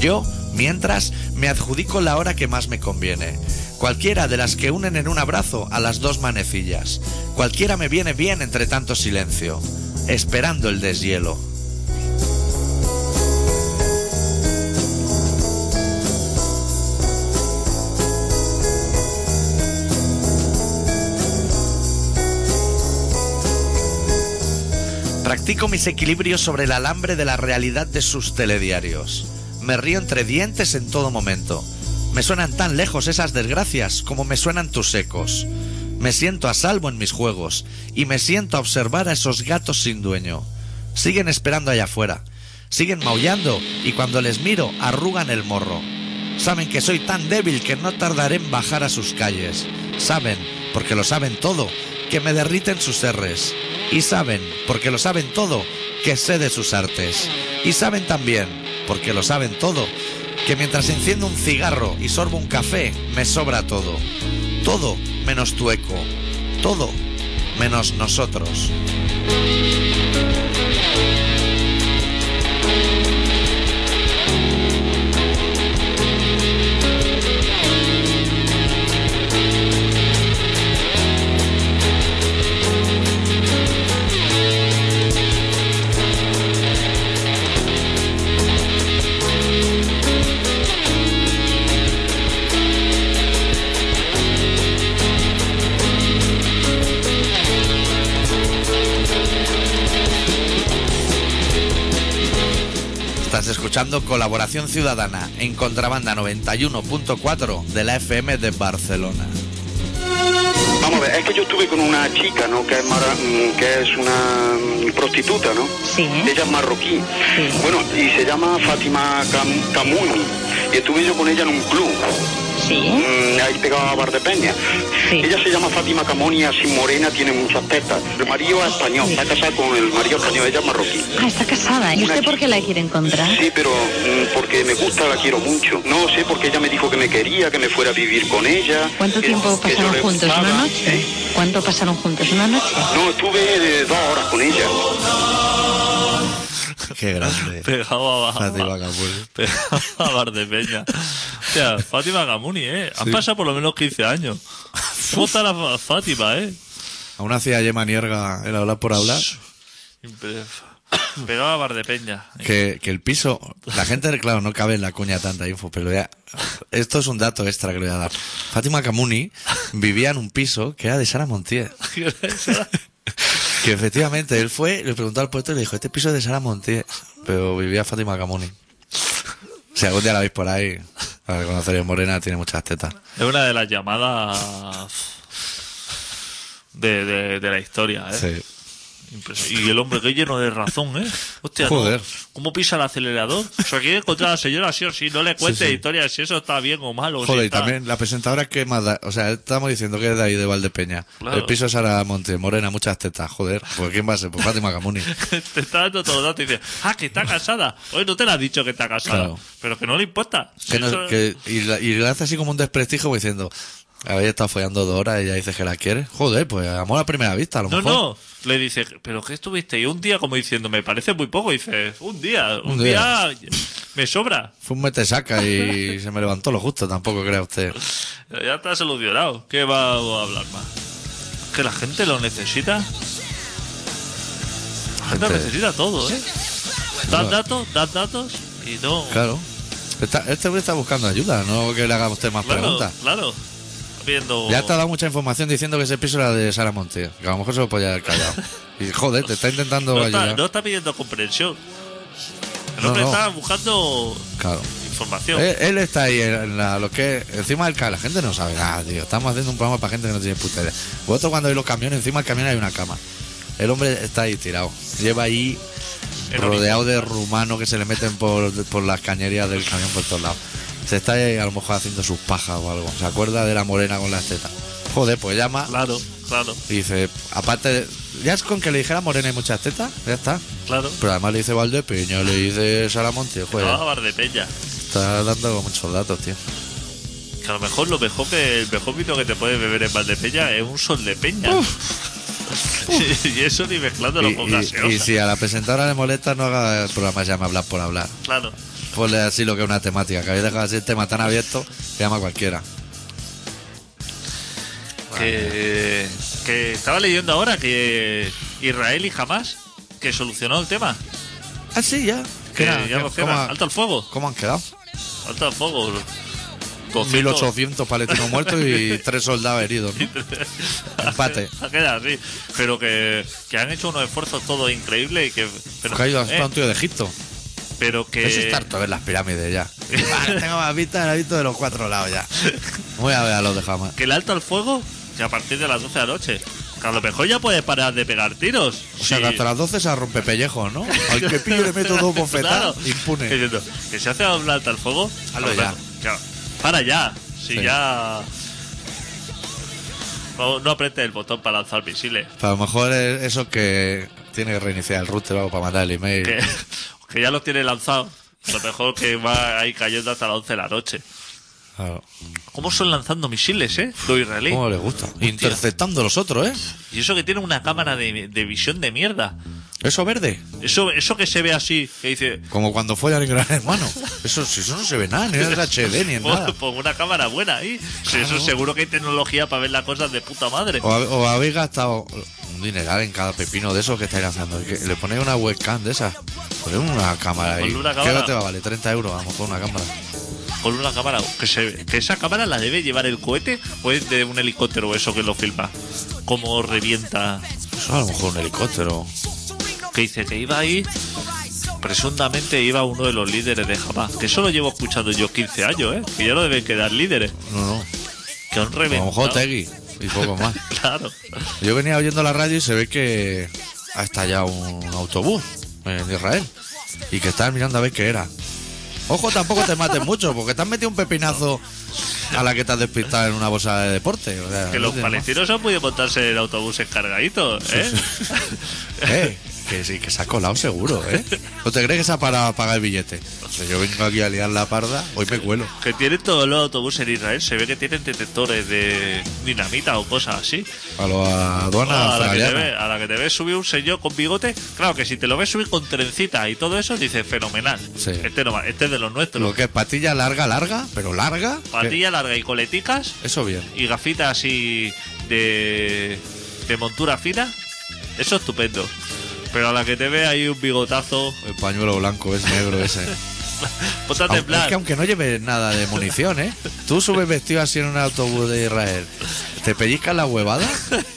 S2: Yo, mientras, me adjudico la hora que más me conviene, cualquiera de las que unen en un abrazo a las dos manecillas, cualquiera me viene bien entre tanto silencio, esperando el deshielo. Practico mis equilibrios sobre el alambre de la realidad de sus telediarios. Me río entre dientes en todo momento. Me suenan tan lejos esas desgracias como me suenan tus ecos. Me siento a salvo en mis juegos y me siento a observar a esos gatos sin dueño. Siguen esperando allá afuera. Siguen maullando y cuando les miro arrugan el morro. Saben que soy tan débil que no tardaré en bajar a sus calles. Saben, porque lo saben todo, que me derriten sus erres. Y saben, porque lo saben todo, que sé de sus artes. Y saben también, porque lo saben todo, que mientras enciendo un cigarro y sorbo un café, me sobra todo. Todo menos tu eco. Todo menos nosotros. Estás escuchando Colaboración Ciudadana en Contrabanda 91.4 de la FM de Barcelona.
S4: Vamos a ver, es que yo estuve con una chica, ¿no? Que es, mara- mm, que es una mm, prostituta, ¿no?
S5: Sí. ¿eh?
S4: Ella es marroquí.
S5: ¿Mm? Sí.
S4: Bueno, y se llama Fátima Cam- Camuni. Y estuve yo con ella en un club,
S5: Sí. ¿eh?
S4: mm, ahí pegado a Bar de Peña.
S5: Sí.
S4: Ella se llama Fátima Camoni, así morena, tiene muchas tetas. El marido es español, está casada con el marido español, ella es marroquí.
S5: Ah, está casada. ¿Y
S4: Una
S5: usted por
S4: chica.
S5: qué la quiere encontrar?
S4: Sí, pero mm, porque me gusta, la quiero mucho. No sé, porque ella me dijo que me quería, que me fuera a vivir con ella.
S5: ¿Cuánto
S4: que-
S5: tiempo
S4: que yo
S5: pasaron
S4: le
S5: juntos?
S4: gustaba,
S5: ¿Una noche?
S4: ¿eh?
S5: ¿Cuánto pasaron juntos? ¿Una noche?
S4: No, estuve eh, dos horas con ella.
S2: Qué grande.
S3: Pegado a,
S2: Fátima Camuni.
S3: Pegado a Bardepeña. O sea, Fátima Gamuni, ¿eh? Han pasado por lo menos 15 años. ¿Cómo está la Fa- Fátima, eh?
S2: Aún hacía Yema Nierga el hablar por hablar.
S3: Impre- Pegado a Bardepeña.
S2: Que, que el piso, la gente, claro, no cabe en la cuña tanta info, pero ya, esto es un dato extra que le voy a dar. Fátima Camuni vivía en un piso que era de Sara Montiel. Que efectivamente él fue, le preguntó al puerto y le dijo, este piso es de Sara Montiel, pero vivía Fátima Camuni. Si algún día la veis por ahí, la reconoceréis morena, tiene muchas tetas.
S3: Es una de las llamadas de, de, de la historia, ¿eh?
S2: Sí.
S3: Impres- Y el hombre que lleno de razón, ¿eh? Hostia, ¿no?
S2: Joder.
S3: ¿Cómo pisa el acelerador? O sea, quiere encontrar a la señora sí o sí. No le cuente
S2: sí.
S3: historias si eso está bien o malo. si
S2: Joder, y
S3: Pues está-
S2: también la presentadora que más da. O sea, estamos diciendo que es de ahí de Valdepeña.
S3: Claro.
S2: El piso es Sara Monte, Morena, muchas tetas. Joder, pues ¿quién va a ser? Pues Fátima Gamuni.
S3: te está dando todo los datos y dice, ah, que está casada. Oye, no te la ha dicho que está casada.
S2: Claro.
S3: Pero que no le importa. Si
S2: Que no-
S3: eso-
S2: que- y, la- y le hace así como un desprestigio como diciendo, habéis estado follando dos horas y ella dice que la quiere. Joder, pues amor a primera vista, a lo
S3: No,
S2: mejor.
S3: no. Le dice, ¿pero qué estuviste? Y un día, como diciendo, me parece muy poco. Y dice, un día, un,
S2: Un día.
S3: día me sobra.
S2: Fue un mete saca y se me levantó lo justo, tampoco crea usted.
S3: Ya está solucionado. ¿Qué va a hablar más? Que la gente lo necesita. La gente lo
S2: Gente.
S3: necesita todo, ¿eh? Das datos, das datos y no.
S2: Claro. Está- este hombre está buscando ayuda, no que le haga usted más
S3: claro,
S2: preguntas.
S3: claro. Viendo.
S2: Ya te ha dado mucha información diciendo que ese piso era de Sara Monte, que a lo mejor se lo podía haber callado. Y joder, te está intentando
S3: no,
S2: ayudar.
S3: está, no está pidiendo comprensión. El
S2: No,
S3: hombre
S2: no. Eh,
S3: está buscando
S2: Claro.
S3: información.
S2: Él, él está ahí en la, lo que encima del ca- la gente no sabe nada, tío. Estamos haciendo un programa para gente que no tiene puta idea. Vosotros cuando veis los camiones, encima del camión hay una cama. El hombre está ahí tirado. Lleva ahí
S3: En
S2: rodeado de rumanos que se le meten por, por las cañerías del camión por todos lados. Se está ahí a lo mejor haciendo sus pajas o algo. Se acuerda de la morena con las tetas. Joder, pues llama
S3: Claro, claro,
S2: y dice, aparte, ya es con que le dijera morena y muchas tetas, ya está.
S3: claro.
S2: Pero además le dice Valdepeña, le dice Salamonte, joder,
S3: No, Valdepeña.
S2: está dando muchos datos, tío.
S3: Que a lo mejor lo mejor que el mejor vino que te puedes beber en Valdepeña es un sol de peña. y eso ni mezclándolo
S2: Y,
S3: con
S2: y-
S3: gaseosa.
S2: y si a la presentadora le molesta, no haga el programa llama hablar por hablar.
S3: Claro.
S2: Ponle así lo que es una temática, que habéis dejado así el tema tan abierto, que llama cualquiera.
S3: Que, que estaba leyendo ahora que Israel y jamás que solucionó el tema.
S2: Ah, sí, ya.
S3: Que
S2: Mira,
S3: ya los
S2: ¿cómo,
S3: temas.
S2: ha-
S3: Alto al fuego.
S2: cómo han quedado?
S3: Alto al fuego. 200.
S2: 1800 palestinos muertos y tres soldados heridos, ¿no? Empate.
S3: Ha quedado así. Pero que, que han hecho unos esfuerzos todos increíbles y que. Pero,
S2: Caído
S3: eh,
S2: hasta un tío de Egipto.
S3: pero que.
S2: Eso está harto de ver las pirámides ya. Ah, tengo más vista, la he visto de los cuatro lados ya. Voy a ver a los de jamás.
S3: que el alto al fuego que a partir de las 12 de la noche. Que a lo mejor ya puedes parar de pegar tiros.
S2: O sea, que hasta las 12 se rompe pellejo, ¿no? Al que pillo le meto dos bofetadas,
S3: Claro. Que
S2: impune.
S3: diciendo, que se hace un alto al fuego.
S2: Hazlo
S3: a lo mejor- ya, Para ya. Si
S2: Sí.
S3: ya. No, no apretes el botón para lanzar misiles.
S2: A lo mejor es eso que tiene que reiniciar el router o algo para mandar el email.
S3: Que, que ya los tiene lanzados. A Lo mejor que va ahí cayendo hasta las 11 de la noche.
S2: Claro.
S3: ¿Cómo son lanzando misiles, eh? Los israelíes.
S2: ¿Cómo les gusta? Interceptando a los otros, ¿eh?
S3: Y eso que tiene una cámara de, de visión de mierda.
S2: Eso verde.
S3: Eso, eso que se ve así, que dice,
S2: Como cuando fue al gran hermano. Eso, si eso no se ve nada, ni en el HD, ni en nada.
S3: Pon, pon pues una cámara buena ahí. Si eso seguro que hay tecnología para ver las cosas de puta madre.
S2: O, habe- o habéis gastado un dineral en cada pepino de esos que estáis lanzando. Y que le ponéis una webcam de esas. Ponéis una cámara ahí.
S3: Ponle una
S2: ¿Qué
S3: cámara.
S2: hora te va a valer? 30 euros, vamos, con una cámara.
S3: Con una cámara. Que, se- que esa cámara la debe llevar el cohete o es de un helicóptero o eso que lo filma. Como revienta.
S2: Eso a lo mejor un helicóptero.
S3: Que dice que iba ahí. Presuntamente iba uno de los líderes de Hamas. Que eso lo llevo escuchando yo 15 años, ¿eh? Que ya no deben quedar líderes.
S2: No, no.
S3: Que han
S2: A lo
S3: reventado.
S2: mejor Tegui y poco más.
S3: Claro.
S2: Yo venía oyendo la radio y se ve que ha estallado un autobús en Israel y que estaban mirando a ver qué era. Ojo, tampoco te mates mucho porque te has metido un pepinazo a la que te has despistado en una bolsa de deporte. o sea,
S3: Que
S2: no
S3: los
S2: tiene más.
S3: palestinos han podido montarse en autobuses cargaditos, ¿eh?
S2: Eh, que sí, que se ha colado seguro, ¿eh? ¿No te crees que se ha parado a pagar el billete? O sea, yo vengo aquí a liar la parda, hoy me cuelo.
S3: Que tienen todos los autobuses en Israel, se ve que tienen detectores de dinamita o cosas así.
S2: A los aduanas
S3: a, la que te
S2: australianas.
S3: ve, a la que te ve subir un señor con bigote, claro que si te lo ves subir con trencita y todo eso, dices fenomenal.
S2: Sí.
S3: Este, no va- este es de los nuestros.
S2: Lo que es patilla larga, larga, pero larga. que-
S3: Patilla larga y coleticas
S2: Eso bien.
S3: y gafitas así de, de montura fina, eso estupendo. Pero a la que te ve ahí un bigotazo,
S2: El pañuelo blanco es negro ese.
S3: ponte a
S2: Aunque-
S3: temblar.
S2: Es que aunque no lleves nada de munición, ¿eh? Tú subes vestido así en un autobús de Israel, te pellizcas la huevada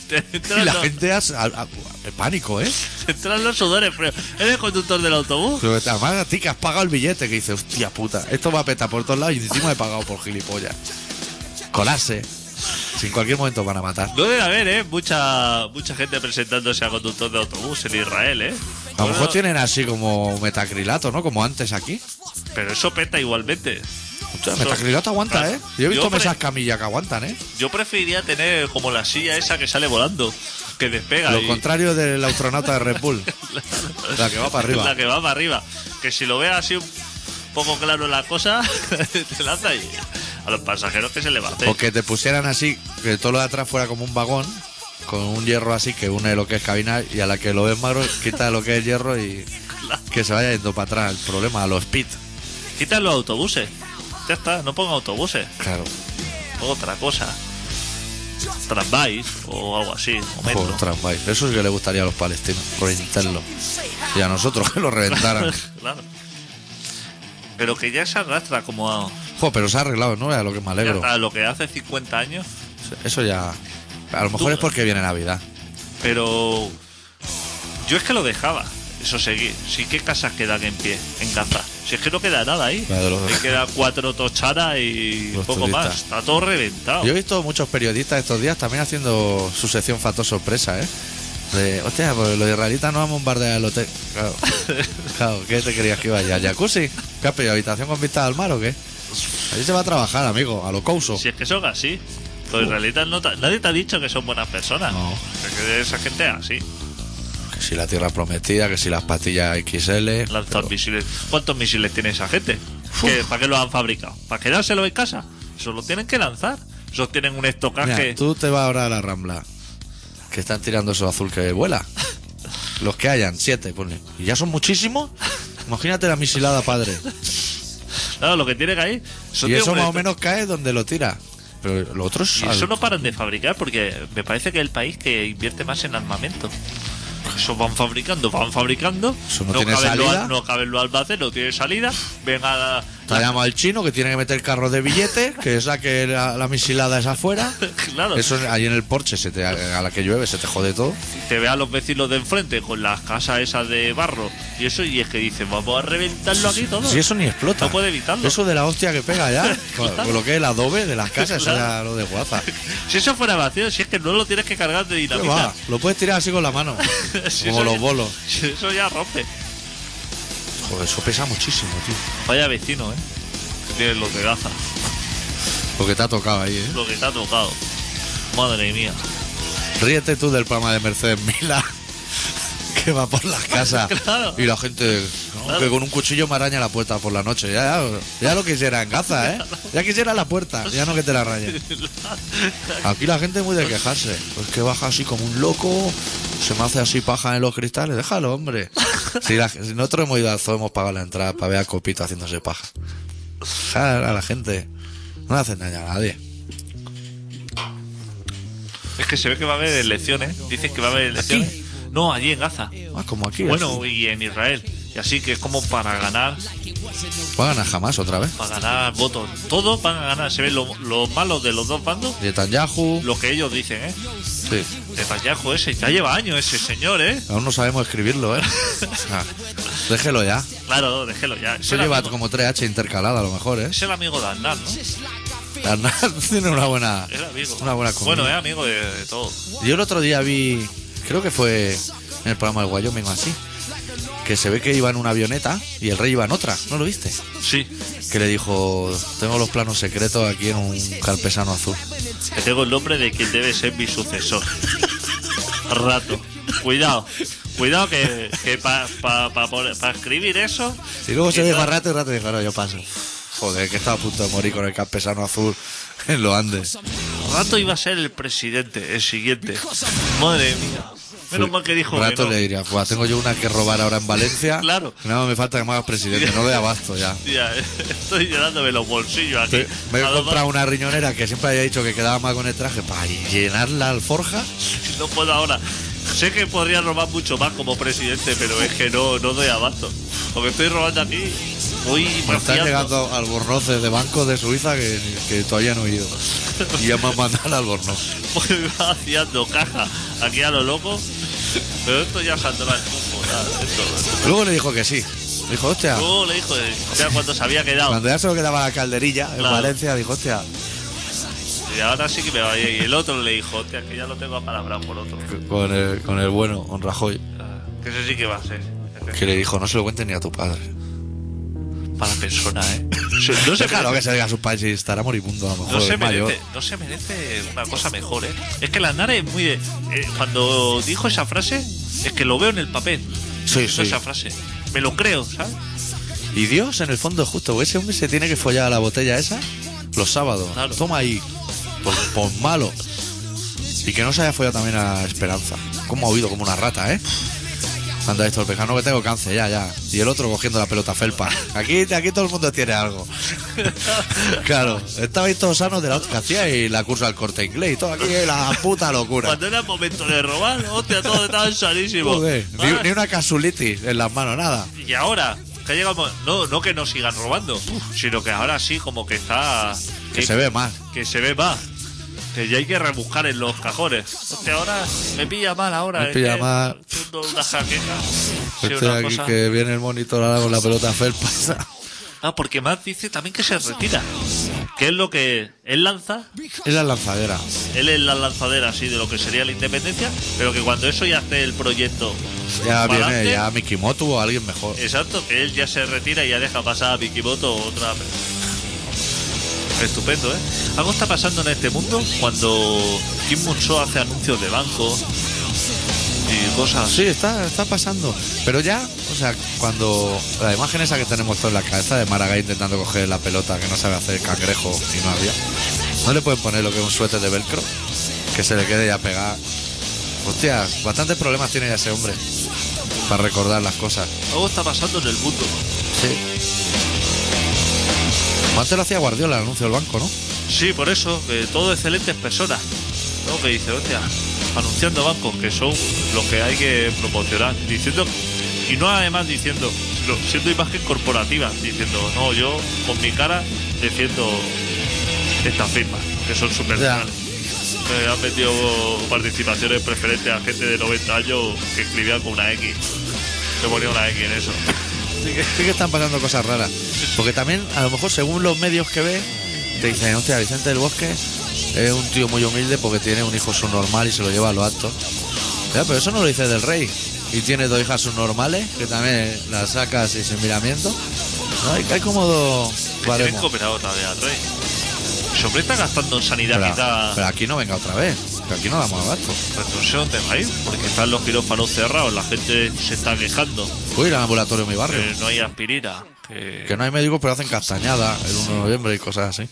S3: Te entran
S2: y la
S3: los-
S2: gente as- a- a- el pánico, ¿eh?
S3: te entran los sudores, pero ¿eres conductor del autobús?
S2: Pero además a ti que has pagado el billete, que dices, hostia puta, esto va a petar por todos lados y encima he pagado por gilipollas. Colarse. Si en cualquier momento van a matar.
S3: No debe haber, ¿eh? Mucha, mucha gente presentándose a conductor de autobús en Israel, ¿eh?
S2: A lo
S3: Bueno,
S2: mejor tienen así como metacrilato, ¿no? Como antes aquí.
S3: Pero eso peta igualmente.
S2: Hostia, metacrilato aguanta,
S3: Claro.
S2: ¿eh? Yo he visto
S3: pre-
S2: mesas camilla que aguantan, ¿eh?
S3: Yo preferiría tener como la silla esa que sale volando, que despega.
S2: Lo
S3: y-
S2: contrario del astronauta de Red Bull. La que va para arriba.
S3: La que va para arriba. Que si lo veas así un poco claro la cosa, te lanza ahí. A los pasajeros que se le va a hacer.
S2: O que te pusieran así, que todo lo de atrás fuera como un vagón, con un hierro así que une lo que es cabina y a la que lo ves magro, quita lo que es hierro y que se vaya yendo para atrás. El problema, a los speed.
S3: Quitan los autobuses. Ya está, no pongan autobuses.
S2: Claro.
S3: Ponga otra cosa. Transbais o algo así. O metro.
S2: Por tramvay. Eso es que le gustaría a los palestinos, reventarlo. Y a nosotros que lo reventaran.
S3: claro. Pero que ya se arrastra como a,
S2: Jo, pero se ha arreglado, ¿no? A lo que me alegro.
S3: a lo que hace 50 años.
S2: Eso ya. A lo mejor es porque viene Navidad.
S3: Pero yo es que lo dejaba. Eso seguí. Sí, ¿qué casas quedan en pie en Gaza? Si es que no queda nada ahí.
S2: La de los-
S3: Ahí queda cuatro tocharas y
S2: Los
S3: poco
S2: turistas.
S3: más. Está todo reventado.
S2: Yo he visto muchos periodistas estos días también haciendo su sección factor sorpresa, ¿eh? De, hostia, pues los israelitas no van a bombardear el hotel. Claro, claro ¿qué te creías que iba allá? ¿Jacuzzi? ¿Qué has pedido? ¿Habitación con vista al mar o qué? Allí se va a trabajar, amigo, a lo couso.
S3: Si es que son así. Los israelitas no ta- nadie te ha dicho que son buenas personas.
S2: No.
S3: Es que esa gente es así.
S2: Que si la tierra prometida, que si las pastillas XL.
S3: Lanzan
S2: pero-
S3: misiles. ¿Cuántos misiles tiene esa gente? ¿Qué- ¿Para qué los han fabricado? ¿Para quedárselo en casa? Eso lo tienen que lanzar. Esos tienen un
S2: Mira,
S3: estocaje.
S2: tú te vas ahora a la rambla. Que están tirando eso azul que vuela. Los que hayan, siete, pone. ¿Y ya son muchísimos? Imagínate la misilada, padre.
S3: Claro, lo que tienen ahí. eso
S2: y
S3: tiene
S2: eso
S3: un
S2: más o
S3: esto-
S2: menos cae donde lo tira. Pero lo otro es.
S3: Y eso no paran de fabricar porque me parece que es el país que invierte más en armamento. Eso van fabricando, van fabricando.
S2: Eso no tiene
S3: caben los al-
S2: salida.
S3: no caben los albaces, no tiene salida. Venga, la-
S2: Te llama al chino que tiene que meter carros de billetes, que saque la, la misilada esa afuera.
S3: claro,
S2: Eso es- ahí en el porche, se te, a la que llueve, se te jode todo.
S3: te ve a los vecinos de enfrente con las casas esas de barro y eso, y es que dicen, vamos a reventarlo aquí todo.
S2: Si eso ni explota.
S3: No puede evitarlo.
S2: Eso de la hostia que pega ya. con,
S3: Claro.
S2: con lo que es el adobe de las casas, eso ya
S3: Claro.
S2: lo de guaza.
S3: Si eso fuera vacío, si es que no lo tienes que cargar de
S2: ¿Qué va?
S3: dinamita.
S2: Lo puedes tirar así con la mano.
S3: Si
S2: como
S3: eso
S2: los
S3: ya-
S2: bolos.
S3: si eso ya rompe.
S2: Joder, eso pesa muchísimo, tío.
S3: Vaya vecino, ¿eh? Que Tienes los de Gaza,
S2: Lo que te ha tocado ahí, ¿eh?
S3: lo que te ha tocado. Madre mía.
S2: Ríete tú del programa de Mercedes Mila que va por las casas
S3: Claro.
S2: y la gente ¿no?
S3: Claro.
S2: que con un cuchillo me araña la puerta por la noche. Ya, ya, ya lo quisiera en Gaza, ¿eh? Ya quisiera la puerta, ya no que te la rayen. Aquí la gente es muy de quejarse. Pues que baja así como un loco, se me hace así paja en los cristales. Déjalo, hombre. Si, la- si nosotros hemos ido al zoo, hemos pagado la entrada para ver a Copito haciéndose paja. Dejar a la gente. No le hacen daño a nadie.
S3: Es que se ve que va a haber elecciones. ¿eh? Dicen que va a haber elecciones. No, allí en Gaza.
S2: Más como aquí.
S3: Bueno, y en Israel. Y así que es como para ganar,
S2: van a ganar jamás otra vez.
S3: para ganar votos. Todos van a ganar. Se ven lo- los malos de los dos bandos,
S2: Netanyahu.
S3: lo que ellos dicen, ¿eh?
S2: Sí.
S3: Netanyahu ese, ya lleva años ese señor, ¿eh?
S2: Aún no sabemos escribirlo, ¿eh? O sea, déjelo ya.
S3: Claro, déjelo ya. Es
S2: Eso
S3: el,
S2: lleva
S3: amigo,
S2: como 3H intercalada a lo mejor, ¿eh?
S3: es el amigo de Aznar, ¿no? Es
S2: Aznar tiene una buena,
S3: el amigo.
S2: una buena comida.
S3: bueno, eh. es amigo de, de todo.
S2: Yo el otro día vi, creo que fue en el programa de Wyoming o así, que se ve que iba en una avioneta y el rey iba en otra, ¿no lo viste?
S3: Sí,
S2: Que le dijo, tengo los planos secretos aquí en un carpesano azul.
S3: que tengo el nombre de quien debe ser mi sucesor. Rato. Cuidado. Cuidado que, que para escribir eso...
S2: Y luego se
S3: que
S2: deja
S3: tal-
S2: rato y rato y dijo, no, yo paso. Joder, que estaba a punto de morir con el carpesano azul en los Andes.
S3: Rato iba a ser el presidente, el siguiente. Madre mía. Menos mal que dijo
S2: rato le
S3: que
S2: diría, pues tengo yo una que robar ahora en Valencia.
S3: Claro.
S2: Nada más me falta que me hagas presidente, no le abasto ya.
S3: no. Tía, estoy llenándome los bolsillos aquí.
S2: Sí, Me he
S3: Además,
S2: comprado una riñonera que siempre había dicho que quedaba mal con el traje para llenar la alforja.
S3: No puedo ahora. Sé que podría robar mucho más como presidente, pero es que no, no doy abasto. Lo que estoy robando aquí, voy
S2: Me están
S3: vaciando.
S2: llegando albornoces de bancos de Suiza que, que todavía no he ido. Y ya me han mandado el albornoz.
S3: Voy vaciando caja aquí a lo loco. Pero esto ya saldrá el cupo. nada, esto- esto.
S2: Luego le dijo que sí. Dijo, hostia,
S3: Luego le dijo, eh, ya cuando se había quedado.
S2: cuando ya se lo quedaba la calderilla en
S3: Claro.
S2: Valencia, dijo, hostia,
S3: Y ahora sí que me vaya. Y el otro le dijo, hostia, que ya lo tengo apalabrado por otro.
S2: Con el, con el bueno, con Rajoy,
S3: Ah, Que eso sí que va a ser.
S2: que le dijo, no se lo cuentes ni a tu padre.
S3: Para persona, ¿eh? No se,
S2: claro que se diga a sus padres y estará moribundo a lo mejor.
S3: no se
S2: es mayor.
S3: merece, no se merece una cosa mejor, ¿eh? Es que Landare es muy de. eh, cuando dijo esa frase, es que lo veo en el papel.
S2: Sí,
S3: Hizo
S2: sí.
S3: Esa frase. Me lo creo, ¿sabes?
S2: Y Dios, en el fondo, es justo, porque ese hombre se tiene que follar a la botella esa los sábados.
S3: Claro.
S2: Toma ahí, por, por malo. Y que no se haya follado también a Esperanza. Como ha oído, como una rata, ¿eh? Anda esto, el pejano que tengo cáncer, ya, ya. Y el otro cogiendo la pelota felpa. Aquí, aquí todo el mundo tiene algo. claro, estabais todos sanos de la otra que hacía y la cursa al corte inglés y todo aquí, la puta locura.
S3: Cuando era el momento de robar, hostia, todo estaba sanísimo.
S2: Joder, ni,
S3: Ah,
S2: ni una casulitis en las manos, nada.
S3: Y ahora, que ha llegado el mo- No, no que nos sigan robando, sino que ahora sí, como que está.
S2: Que se ve más.
S3: que se ve más. Que ya hay que rebuscar en los cajones. Hostia, ahora me pilla mal ahora.
S2: Me
S3: es
S2: pilla
S3: que
S2: mal.
S3: tengo Una jaqueca. sí,
S2: Estoy
S3: una
S2: aquí
S3: cosa.
S2: que viene el monitor ahora con la pelota felpa. esa.
S3: Ah, porque Matt dice también que se retira. Que es lo que él lanza,
S2: Es la lanzadera.
S3: él es la lanzadera así de lo que sería la independencia, pero que cuando eso ya hace el proyecto.
S2: Ya
S3: para
S2: viene
S3: adelante,
S2: ya Mikimoto o alguien mejor.
S3: Exacto, que él ya se retira y ya deja pasar a Vikimoto o otra. Estupendo, ¿eh? Algo está pasando en este mundo cuando Kim Munso hace anuncios de banco y cosas así.
S2: Sí, está, está pasando. Pero ya, o sea, cuando la imagen esa que tenemos toda en la cabeza de Maragall intentando coger la pelota que no sabe hacer el cangrejo y no había, no le pueden poner lo que es un suéter de velcro que se le quede ya pegada. Hostia, bastantes problemas tiene ya ese hombre para recordar las cosas.
S3: Algo está pasando en el mundo.
S2: Sí. Como Antes lo hacía Guardiola, el anuncio del banco, ¿no?
S3: Sí, por eso, que todo excelentes personas. ¿no? Que dice, hostia, anunciando bancos que son los que hay que proporcionar. Diciendo, y no además diciendo, sino siendo imagen corporativa, diciendo, no, yo con mi cara defiendo estas firmas, que son súper
S2: Ya.
S3: Me han metido participaciones preferentes a gente de 90 años que escribía con una X. Se ponía una X en eso.
S2: Sí que, sí que están pasando cosas raras. Porque también, a lo mejor, según los medios que ve, te dicen, hostia, Vicente del Bosque es un tío muy humilde porque tiene un hijo subnormal y se lo lleva a lo alto. Ya, pero eso no lo dice del rey. Y tiene dos hijas subnormales que también las sacas y sin miramiento. No, hay, hay como dos
S3: Vale, tienen
S2: baremos.
S3: cooperado todavía al rey. Ese hombre está gastando en sanidad
S2: Pero,
S3: quizá-
S2: pero aquí no venga otra vez. Que aquí no damos abasto.
S3: Pues no sé dónde va a ir, porque están los quirófanos cerrados, la gente se está quejando,
S2: Voy a ir al ambulatorio de mi barrio.
S3: que no hay aspirina, que,
S2: Que no hay médicos, pero hacen castañada el 1 de noviembre y cosas así.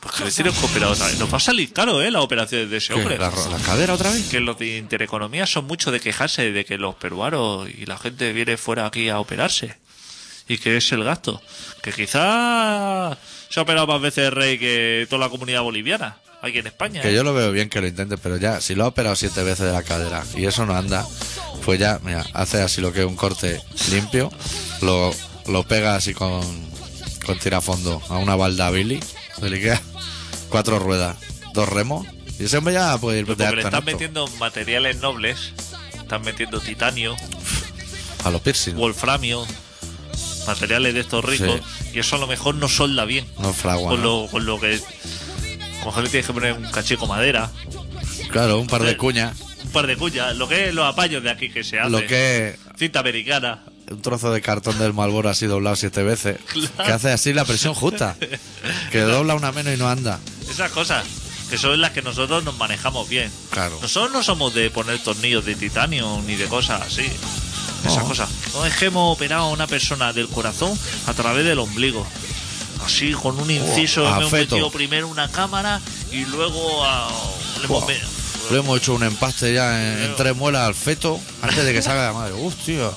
S3: pues que le tienen que operar otra vez. Nos va a salir caro, ¿eh? Las operaciones de ese
S2: ¿Qué?
S3: hombre.
S2: ¿La, ro- ¿La cadera otra vez?
S3: Que los de intereconomía son mucho de quejarse de que los peruanos y la gente viene fuera aquí a operarse. Y que es el gasto. Que quizás se ha operado más veces el rey que toda la comunidad boliviana, aquí en España.
S2: Que
S3: ¿eh?
S2: yo lo veo bien que lo intente, pero ya, si lo ha operado siete veces de la cadera y eso no anda, pues ya, mira, hace así lo que es un corte limpio, lo, lo pega así con, con tirafondo a una balda Billy del Ikea, cuatro ruedas, dos remos, y ese hombre ya puede ir de
S3: Pues Porque
S2: acto
S3: le
S2: en
S3: están
S2: acto.
S3: metiendo materiales nobles, están metiendo titanio,
S2: a los piercing,
S3: wolframio, materiales de estos ricos, y eso a lo mejor no solda bien.
S2: no fragua.
S3: con,
S2: ¿no?
S3: lo, con lo que. Con le tienes que poner un cachico madera,
S2: Claro, un par de
S3: Joder.
S2: cuñas,
S3: un par de cuyas, lo que es los apaños de aquí que se hace.
S2: lo que es
S3: Cinta americana.
S2: un trozo de cartón del Malboro así doblado siete veces, que hace así la presión justa, que dobla una menos y no anda.
S3: Esas cosas, que son las que nosotros nos manejamos bien.
S2: Claro.
S3: Nosotros no somos de poner tornillos de titanio ni de cosas así. Esas
S2: No.
S3: cosas. No dejemos operar a una persona del corazón a través del ombligo. Así, con un inciso,
S2: a
S3: hemos
S2: feto.
S3: metido primero una cámara y luego a- le hemos
S2: Buah.
S3: me-
S2: Le hemos hecho un empaste ya en, en tres muelas al feto antes de que salga la madre. Uf, tío.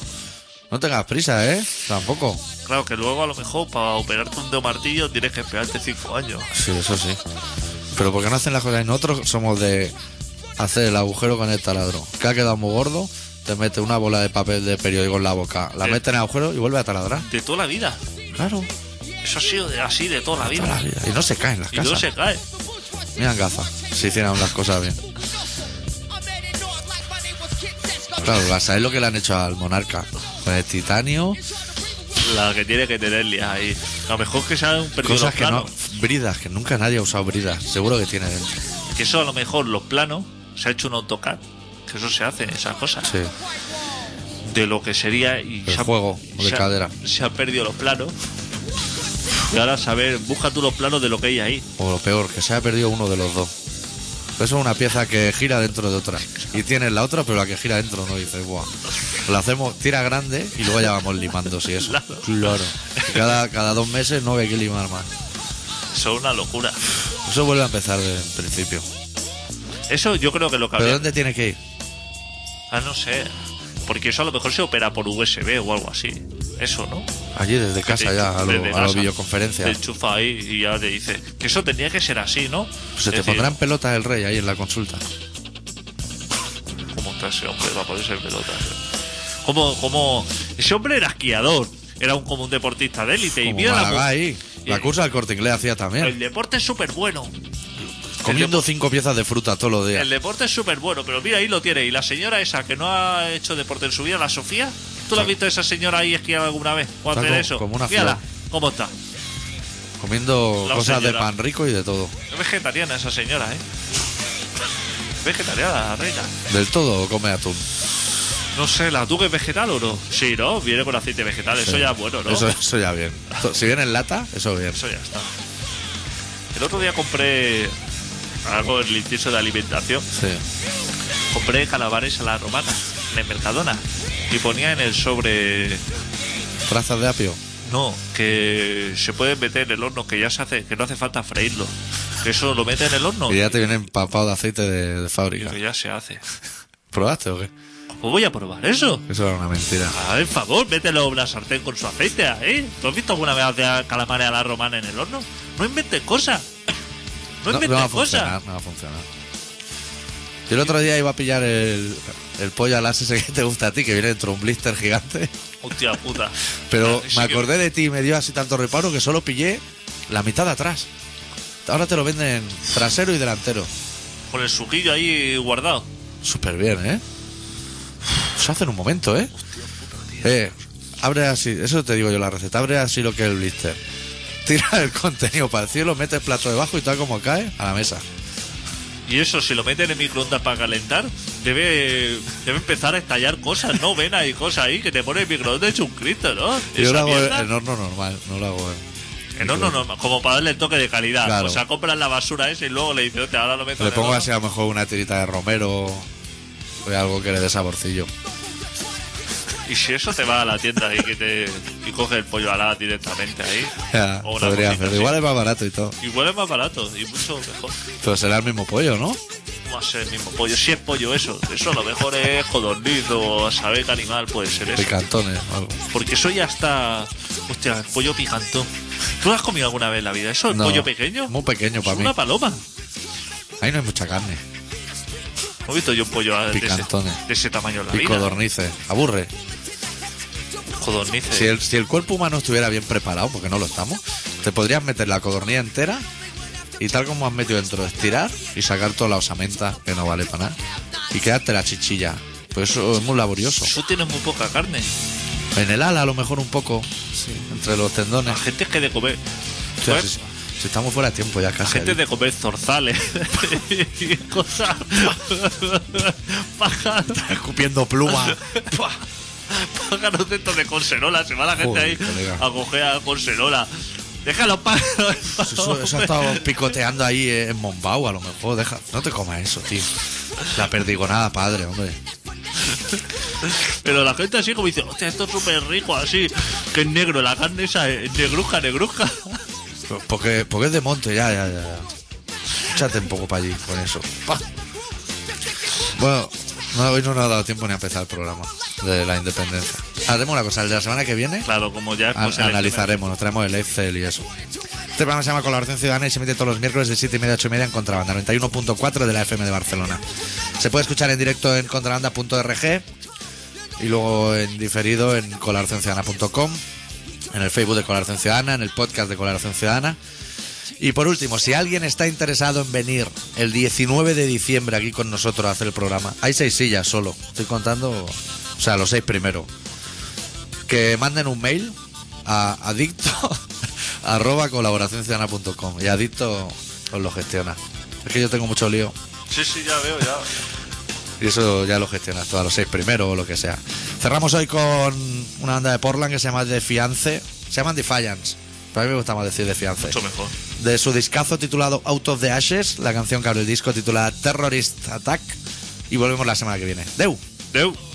S2: No tengas prisa, ¿eh? Tampoco.
S3: Claro, que luego a lo mejor para operarte un dedo martillo tienes que esperarte cinco años.
S2: Sí, eso sí. Pero porque no hacen las cosas. Y nosotros somos de hacer el agujero con el taladro. Que ha quedado muy gordo, te mete una bola de papel de periódico en la boca, la
S3: Eh.
S2: mete en el agujero y vuelve a taladrar.
S3: De toda la vida.
S2: Claro.
S3: Eso ha sido de- así de toda la vida.
S2: Toda la vida. Y no se caen las
S3: Y luego
S2: casas.
S3: se cae.
S2: Mira gafas. Si hicieran las cosas bien. Claro, ¿sabes lo que le han hecho al monarca? Con el Pues titanio,
S3: la que tiene que tenerle ahí. A lo mejor que sea un perdido
S2: Cosas
S3: los
S2: que no.
S3: planos.
S2: Bridas, que nunca nadie ha usado bridas. Seguro que tiene dentro.
S3: Que eso a lo mejor los planos se ha hecho un AutoCAD. Que eso se hace, esas cosas.
S2: Sí.
S3: De lo que sería. Y
S2: El juego de
S3: se ha-
S2: cadera.
S3: Se han perdido los planos. Y ahora saber, busca tú los planos de lo que hay ahí.
S2: O lo peor, que se haya perdido uno de los dos. Eso es una pieza que gira dentro de otra. Y tienes la otra, pero la que gira dentro no dices, buah. La hacemos tira grande y luego ya vamos limando, si eso.
S3: Claro.
S2: Claro. Y Cada, cada dos meses no hay que limar más.
S3: Eso es una locura.
S2: Eso vuelve a empezar desde el principio.
S3: Eso yo creo que lo que
S2: ¿Pero
S3: habría-
S2: dónde tienes que ir?
S3: Ah, no sé. Porque eso a lo mejor se opera por USB o algo así. Eso, ¿no?
S2: Allí desde casa
S3: Te-
S2: ya, a
S3: desde
S2: lo- a la
S3: casa.
S2: videoconferencia.
S3: Te enchufa ahí y ya te dice que eso tenía que ser así, ¿no?
S2: Pues Se te
S3: Es decir,
S2: pondrán pelotas el rey ahí en la consulta.
S3: ¿Cómo está ese hombre? Va a ponerse en pelota. ¿eh? ¿Cómo, cómo? Ese hombre era esquiador. Era un, como un deportista de élite. Y
S2: Como ¿eh?
S3: mira la mu-
S2: Maragall, La
S3: y-
S2: cursa del corte inglés hacía
S3: El
S2: también.
S3: deporte es súper bueno.
S2: Comiendo cinco piezas de fruta todos los días.
S3: El deporte es súper bueno, pero mira, ahí lo tiene. Y la señora esa que no ha hecho deporte en su vida, la Sofía, ¿tú la has visto a esa señora ahí esquiar alguna vez? ¿O
S2: Está
S3: hacer
S2: como-
S3: eso?
S2: como una
S3: Mírala,
S2: flor.
S3: ¿cómo está?
S2: Comiendo
S3: La
S2: cosas de
S3: señora.
S2: pan rico y de todo.
S3: Es vegetariana esa señora, ¿eh? Vegetariana, la reina.
S2: Del todo come atún.
S3: No sé, ¿la tuve vegetal o no? Sí, ¿no? Viene con aceite vegetal, eso
S2: Sí.
S3: ya es bueno, ¿no?
S2: Eso, eso ya bien. To- Si viene en lata, eso bien.
S3: Eso ya está. El otro día compré algo en el inciso de alimentación.
S2: Sí.
S3: Compré calabares a la romana, en el Mercadona. Y ponía en el sobre
S2: Trazas de apio.
S3: No, que se puede meter en el horno, que ya se hace, que no hace falta freírlo. Que eso lo mete en el horno
S2: Y ya te viene empapado de aceite de, de
S3: y
S2: fábrica.
S3: que ya se hace.
S2: ¿Probaste o qué?
S3: Pues voy a probar eso.
S2: Eso era una mentira.
S3: A ver, favor, mételo en la sartén con su aceite, ¿eh? ¿Tú has visto alguna vez hacer calamares a la romana en el horno? No inventes cosas. No
S2: No,
S3: inventes
S2: no va a
S3: cosas.
S2: funcionar, no va a funcionar. Yo el otro día iba a pillar el, el pollo al as ese que te gusta a ti, que viene dentro de un blister gigante.
S3: Hostia puta.
S2: Pero
S3: Sí
S2: me
S3: que-
S2: acordé de ti y me dio así tanto reparo que solo pillé la mitad de atrás. Ahora te lo venden trasero y delantero.
S3: Con el suquillo ahí guardado.
S2: Súper bien, ¿eh? Se hace en un momento, ¿eh? Eh, abre así, eso te digo yo la receta, abre así lo que es el blister. Tira el contenido para el cielo, mete el plato debajo y tal como cae, a la mesa.
S3: Y eso, si lo meten en microondas para calentar, debe, debe empezar a estallar cosas, ¿no? Venas y cosas ahí, que te pone el microondas hecho un cristo, ¿no?
S2: Yo
S3: Esa
S2: lo hago
S3: mierda.
S2: en horno normal, eh, no lo hago en...
S3: Que no, no, no, como para darle el toque de calidad.
S2: Claro.
S3: O sea, compras la basura esa y luego le dices, "Hostia, ahora lo meto
S2: Le
S3: en el
S2: pongo
S3: horno".
S2: así a lo mejor una tirita de romero o algo que le dé saborcillo.
S3: Y si eso te va a la tienda y que te y coges el pollo alada directamente ahí.
S2: Ya,
S3: O una
S2: podría
S3: cosita
S2: hacerlo.
S3: así.
S2: Igual es más barato y todo.
S3: Y huele más barato y mucho mejor.
S2: Pero será el mismo pollo, ¿no?
S3: No va a ser el mismo pollo. Si es pollo eso, eso a lo mejor es codorniz o a saber qué animal puede ser eso.
S2: Picantones o algo.
S3: Porque eso ya está. Hostia, el pollo picantón. ¿Tú lo has comido alguna vez en la vida? ¿Eso es
S2: No,
S3: pollo pequeño?
S2: Muy pequeño
S3: Es
S2: para mí.
S3: Una paloma.
S2: Ahí no hay mucha carne.
S3: No he visto yo un pollo de ese,
S2: Picantones.
S3: de ese tamaño en la
S2: eh. Y
S3: vida.
S2: codornices. Aburre.
S3: Codornices.
S2: Si el, si el cuerpo humano estuviera bien preparado, porque no lo estamos, te podrías meter la codorniz entera y tal como has metido dentro, estirar y sacar toda la osamenta, que no vale para nada, y quedarte la chichilla. Pues eso es muy laborioso.
S3: Eso tiene muy poca carne.
S2: En el ala a lo mejor un poco, entre los tendones.
S3: La gente es que de comer.
S2: Hostia,
S3: Ah, Pues,
S2: si, si estamos fuera de tiempo ya
S3: la
S2: casi.
S3: gente
S2: ahí.
S3: de comer zorzales y cosas. Pájaros.
S2: Escupiendo plumas.
S3: Pá- Pájaros dentro de conserola. Se va la gente
S2: Joder,
S3: ahí
S2: colega.
S3: a coger a conserola. Deja los pájaros.
S2: Eso, eso ha estado picoteando ahí en Mombau, a lo mejor. Deja, no te comas eso, tío. La perdigonada padre, hombre.
S3: Pero la gente así como dice, hostia, esto es súper rico, así, que es negro, la carne esa es negruzca, negruzca.
S2: Porque, porque es de monte, ya, ya, ya. ya. Échate un poco para allí con eso. Pa. Bueno, no, hoy no nos ha dado tiempo ni a empezar el programa de la independencia. Haremos una cosa, el de la semana que viene
S3: Claro, como ya pues
S2: an-
S3: es cosa de- este
S2: analizaremos, nos traemos el Excel y eso. Este programa se llama Colaboración Ciudadana y se emite todos los miércoles de 7 y media a 8 y media en Contrabanda, 91.4 de la FM de Barcelona. Se puede escuchar en directo en contrabanda.org y luego en diferido en colaboracionciudadana.com, en el Facebook de Colaboración Ciudadana, en el podcast de Colaboración Ciudadana. Y por último, si alguien está interesado en venir el 19 de diciembre aquí con nosotros a hacer el programa, hay seis sillas solo. Estoy contando, o sea, los seis primero. Que manden un mail a adicto arroba colaboracionciudadana.com y adicto os lo gestiona. Es que yo tengo mucho lío
S3: Sí, sí, ya veo, ya.
S2: y eso ya lo gestionas todos los seis primeros o lo que sea. Cerramos hoy con una banda de Portland que se llama Defiance, se llaman Defiance, pero a mí me gusta más decir Defiance.
S3: Mucho mejor.
S2: De su discazo titulado Out of the Ashes, la canción que abre el disco titulada Terrorist Attack y volvemos la semana que viene. Deu.
S3: Deu.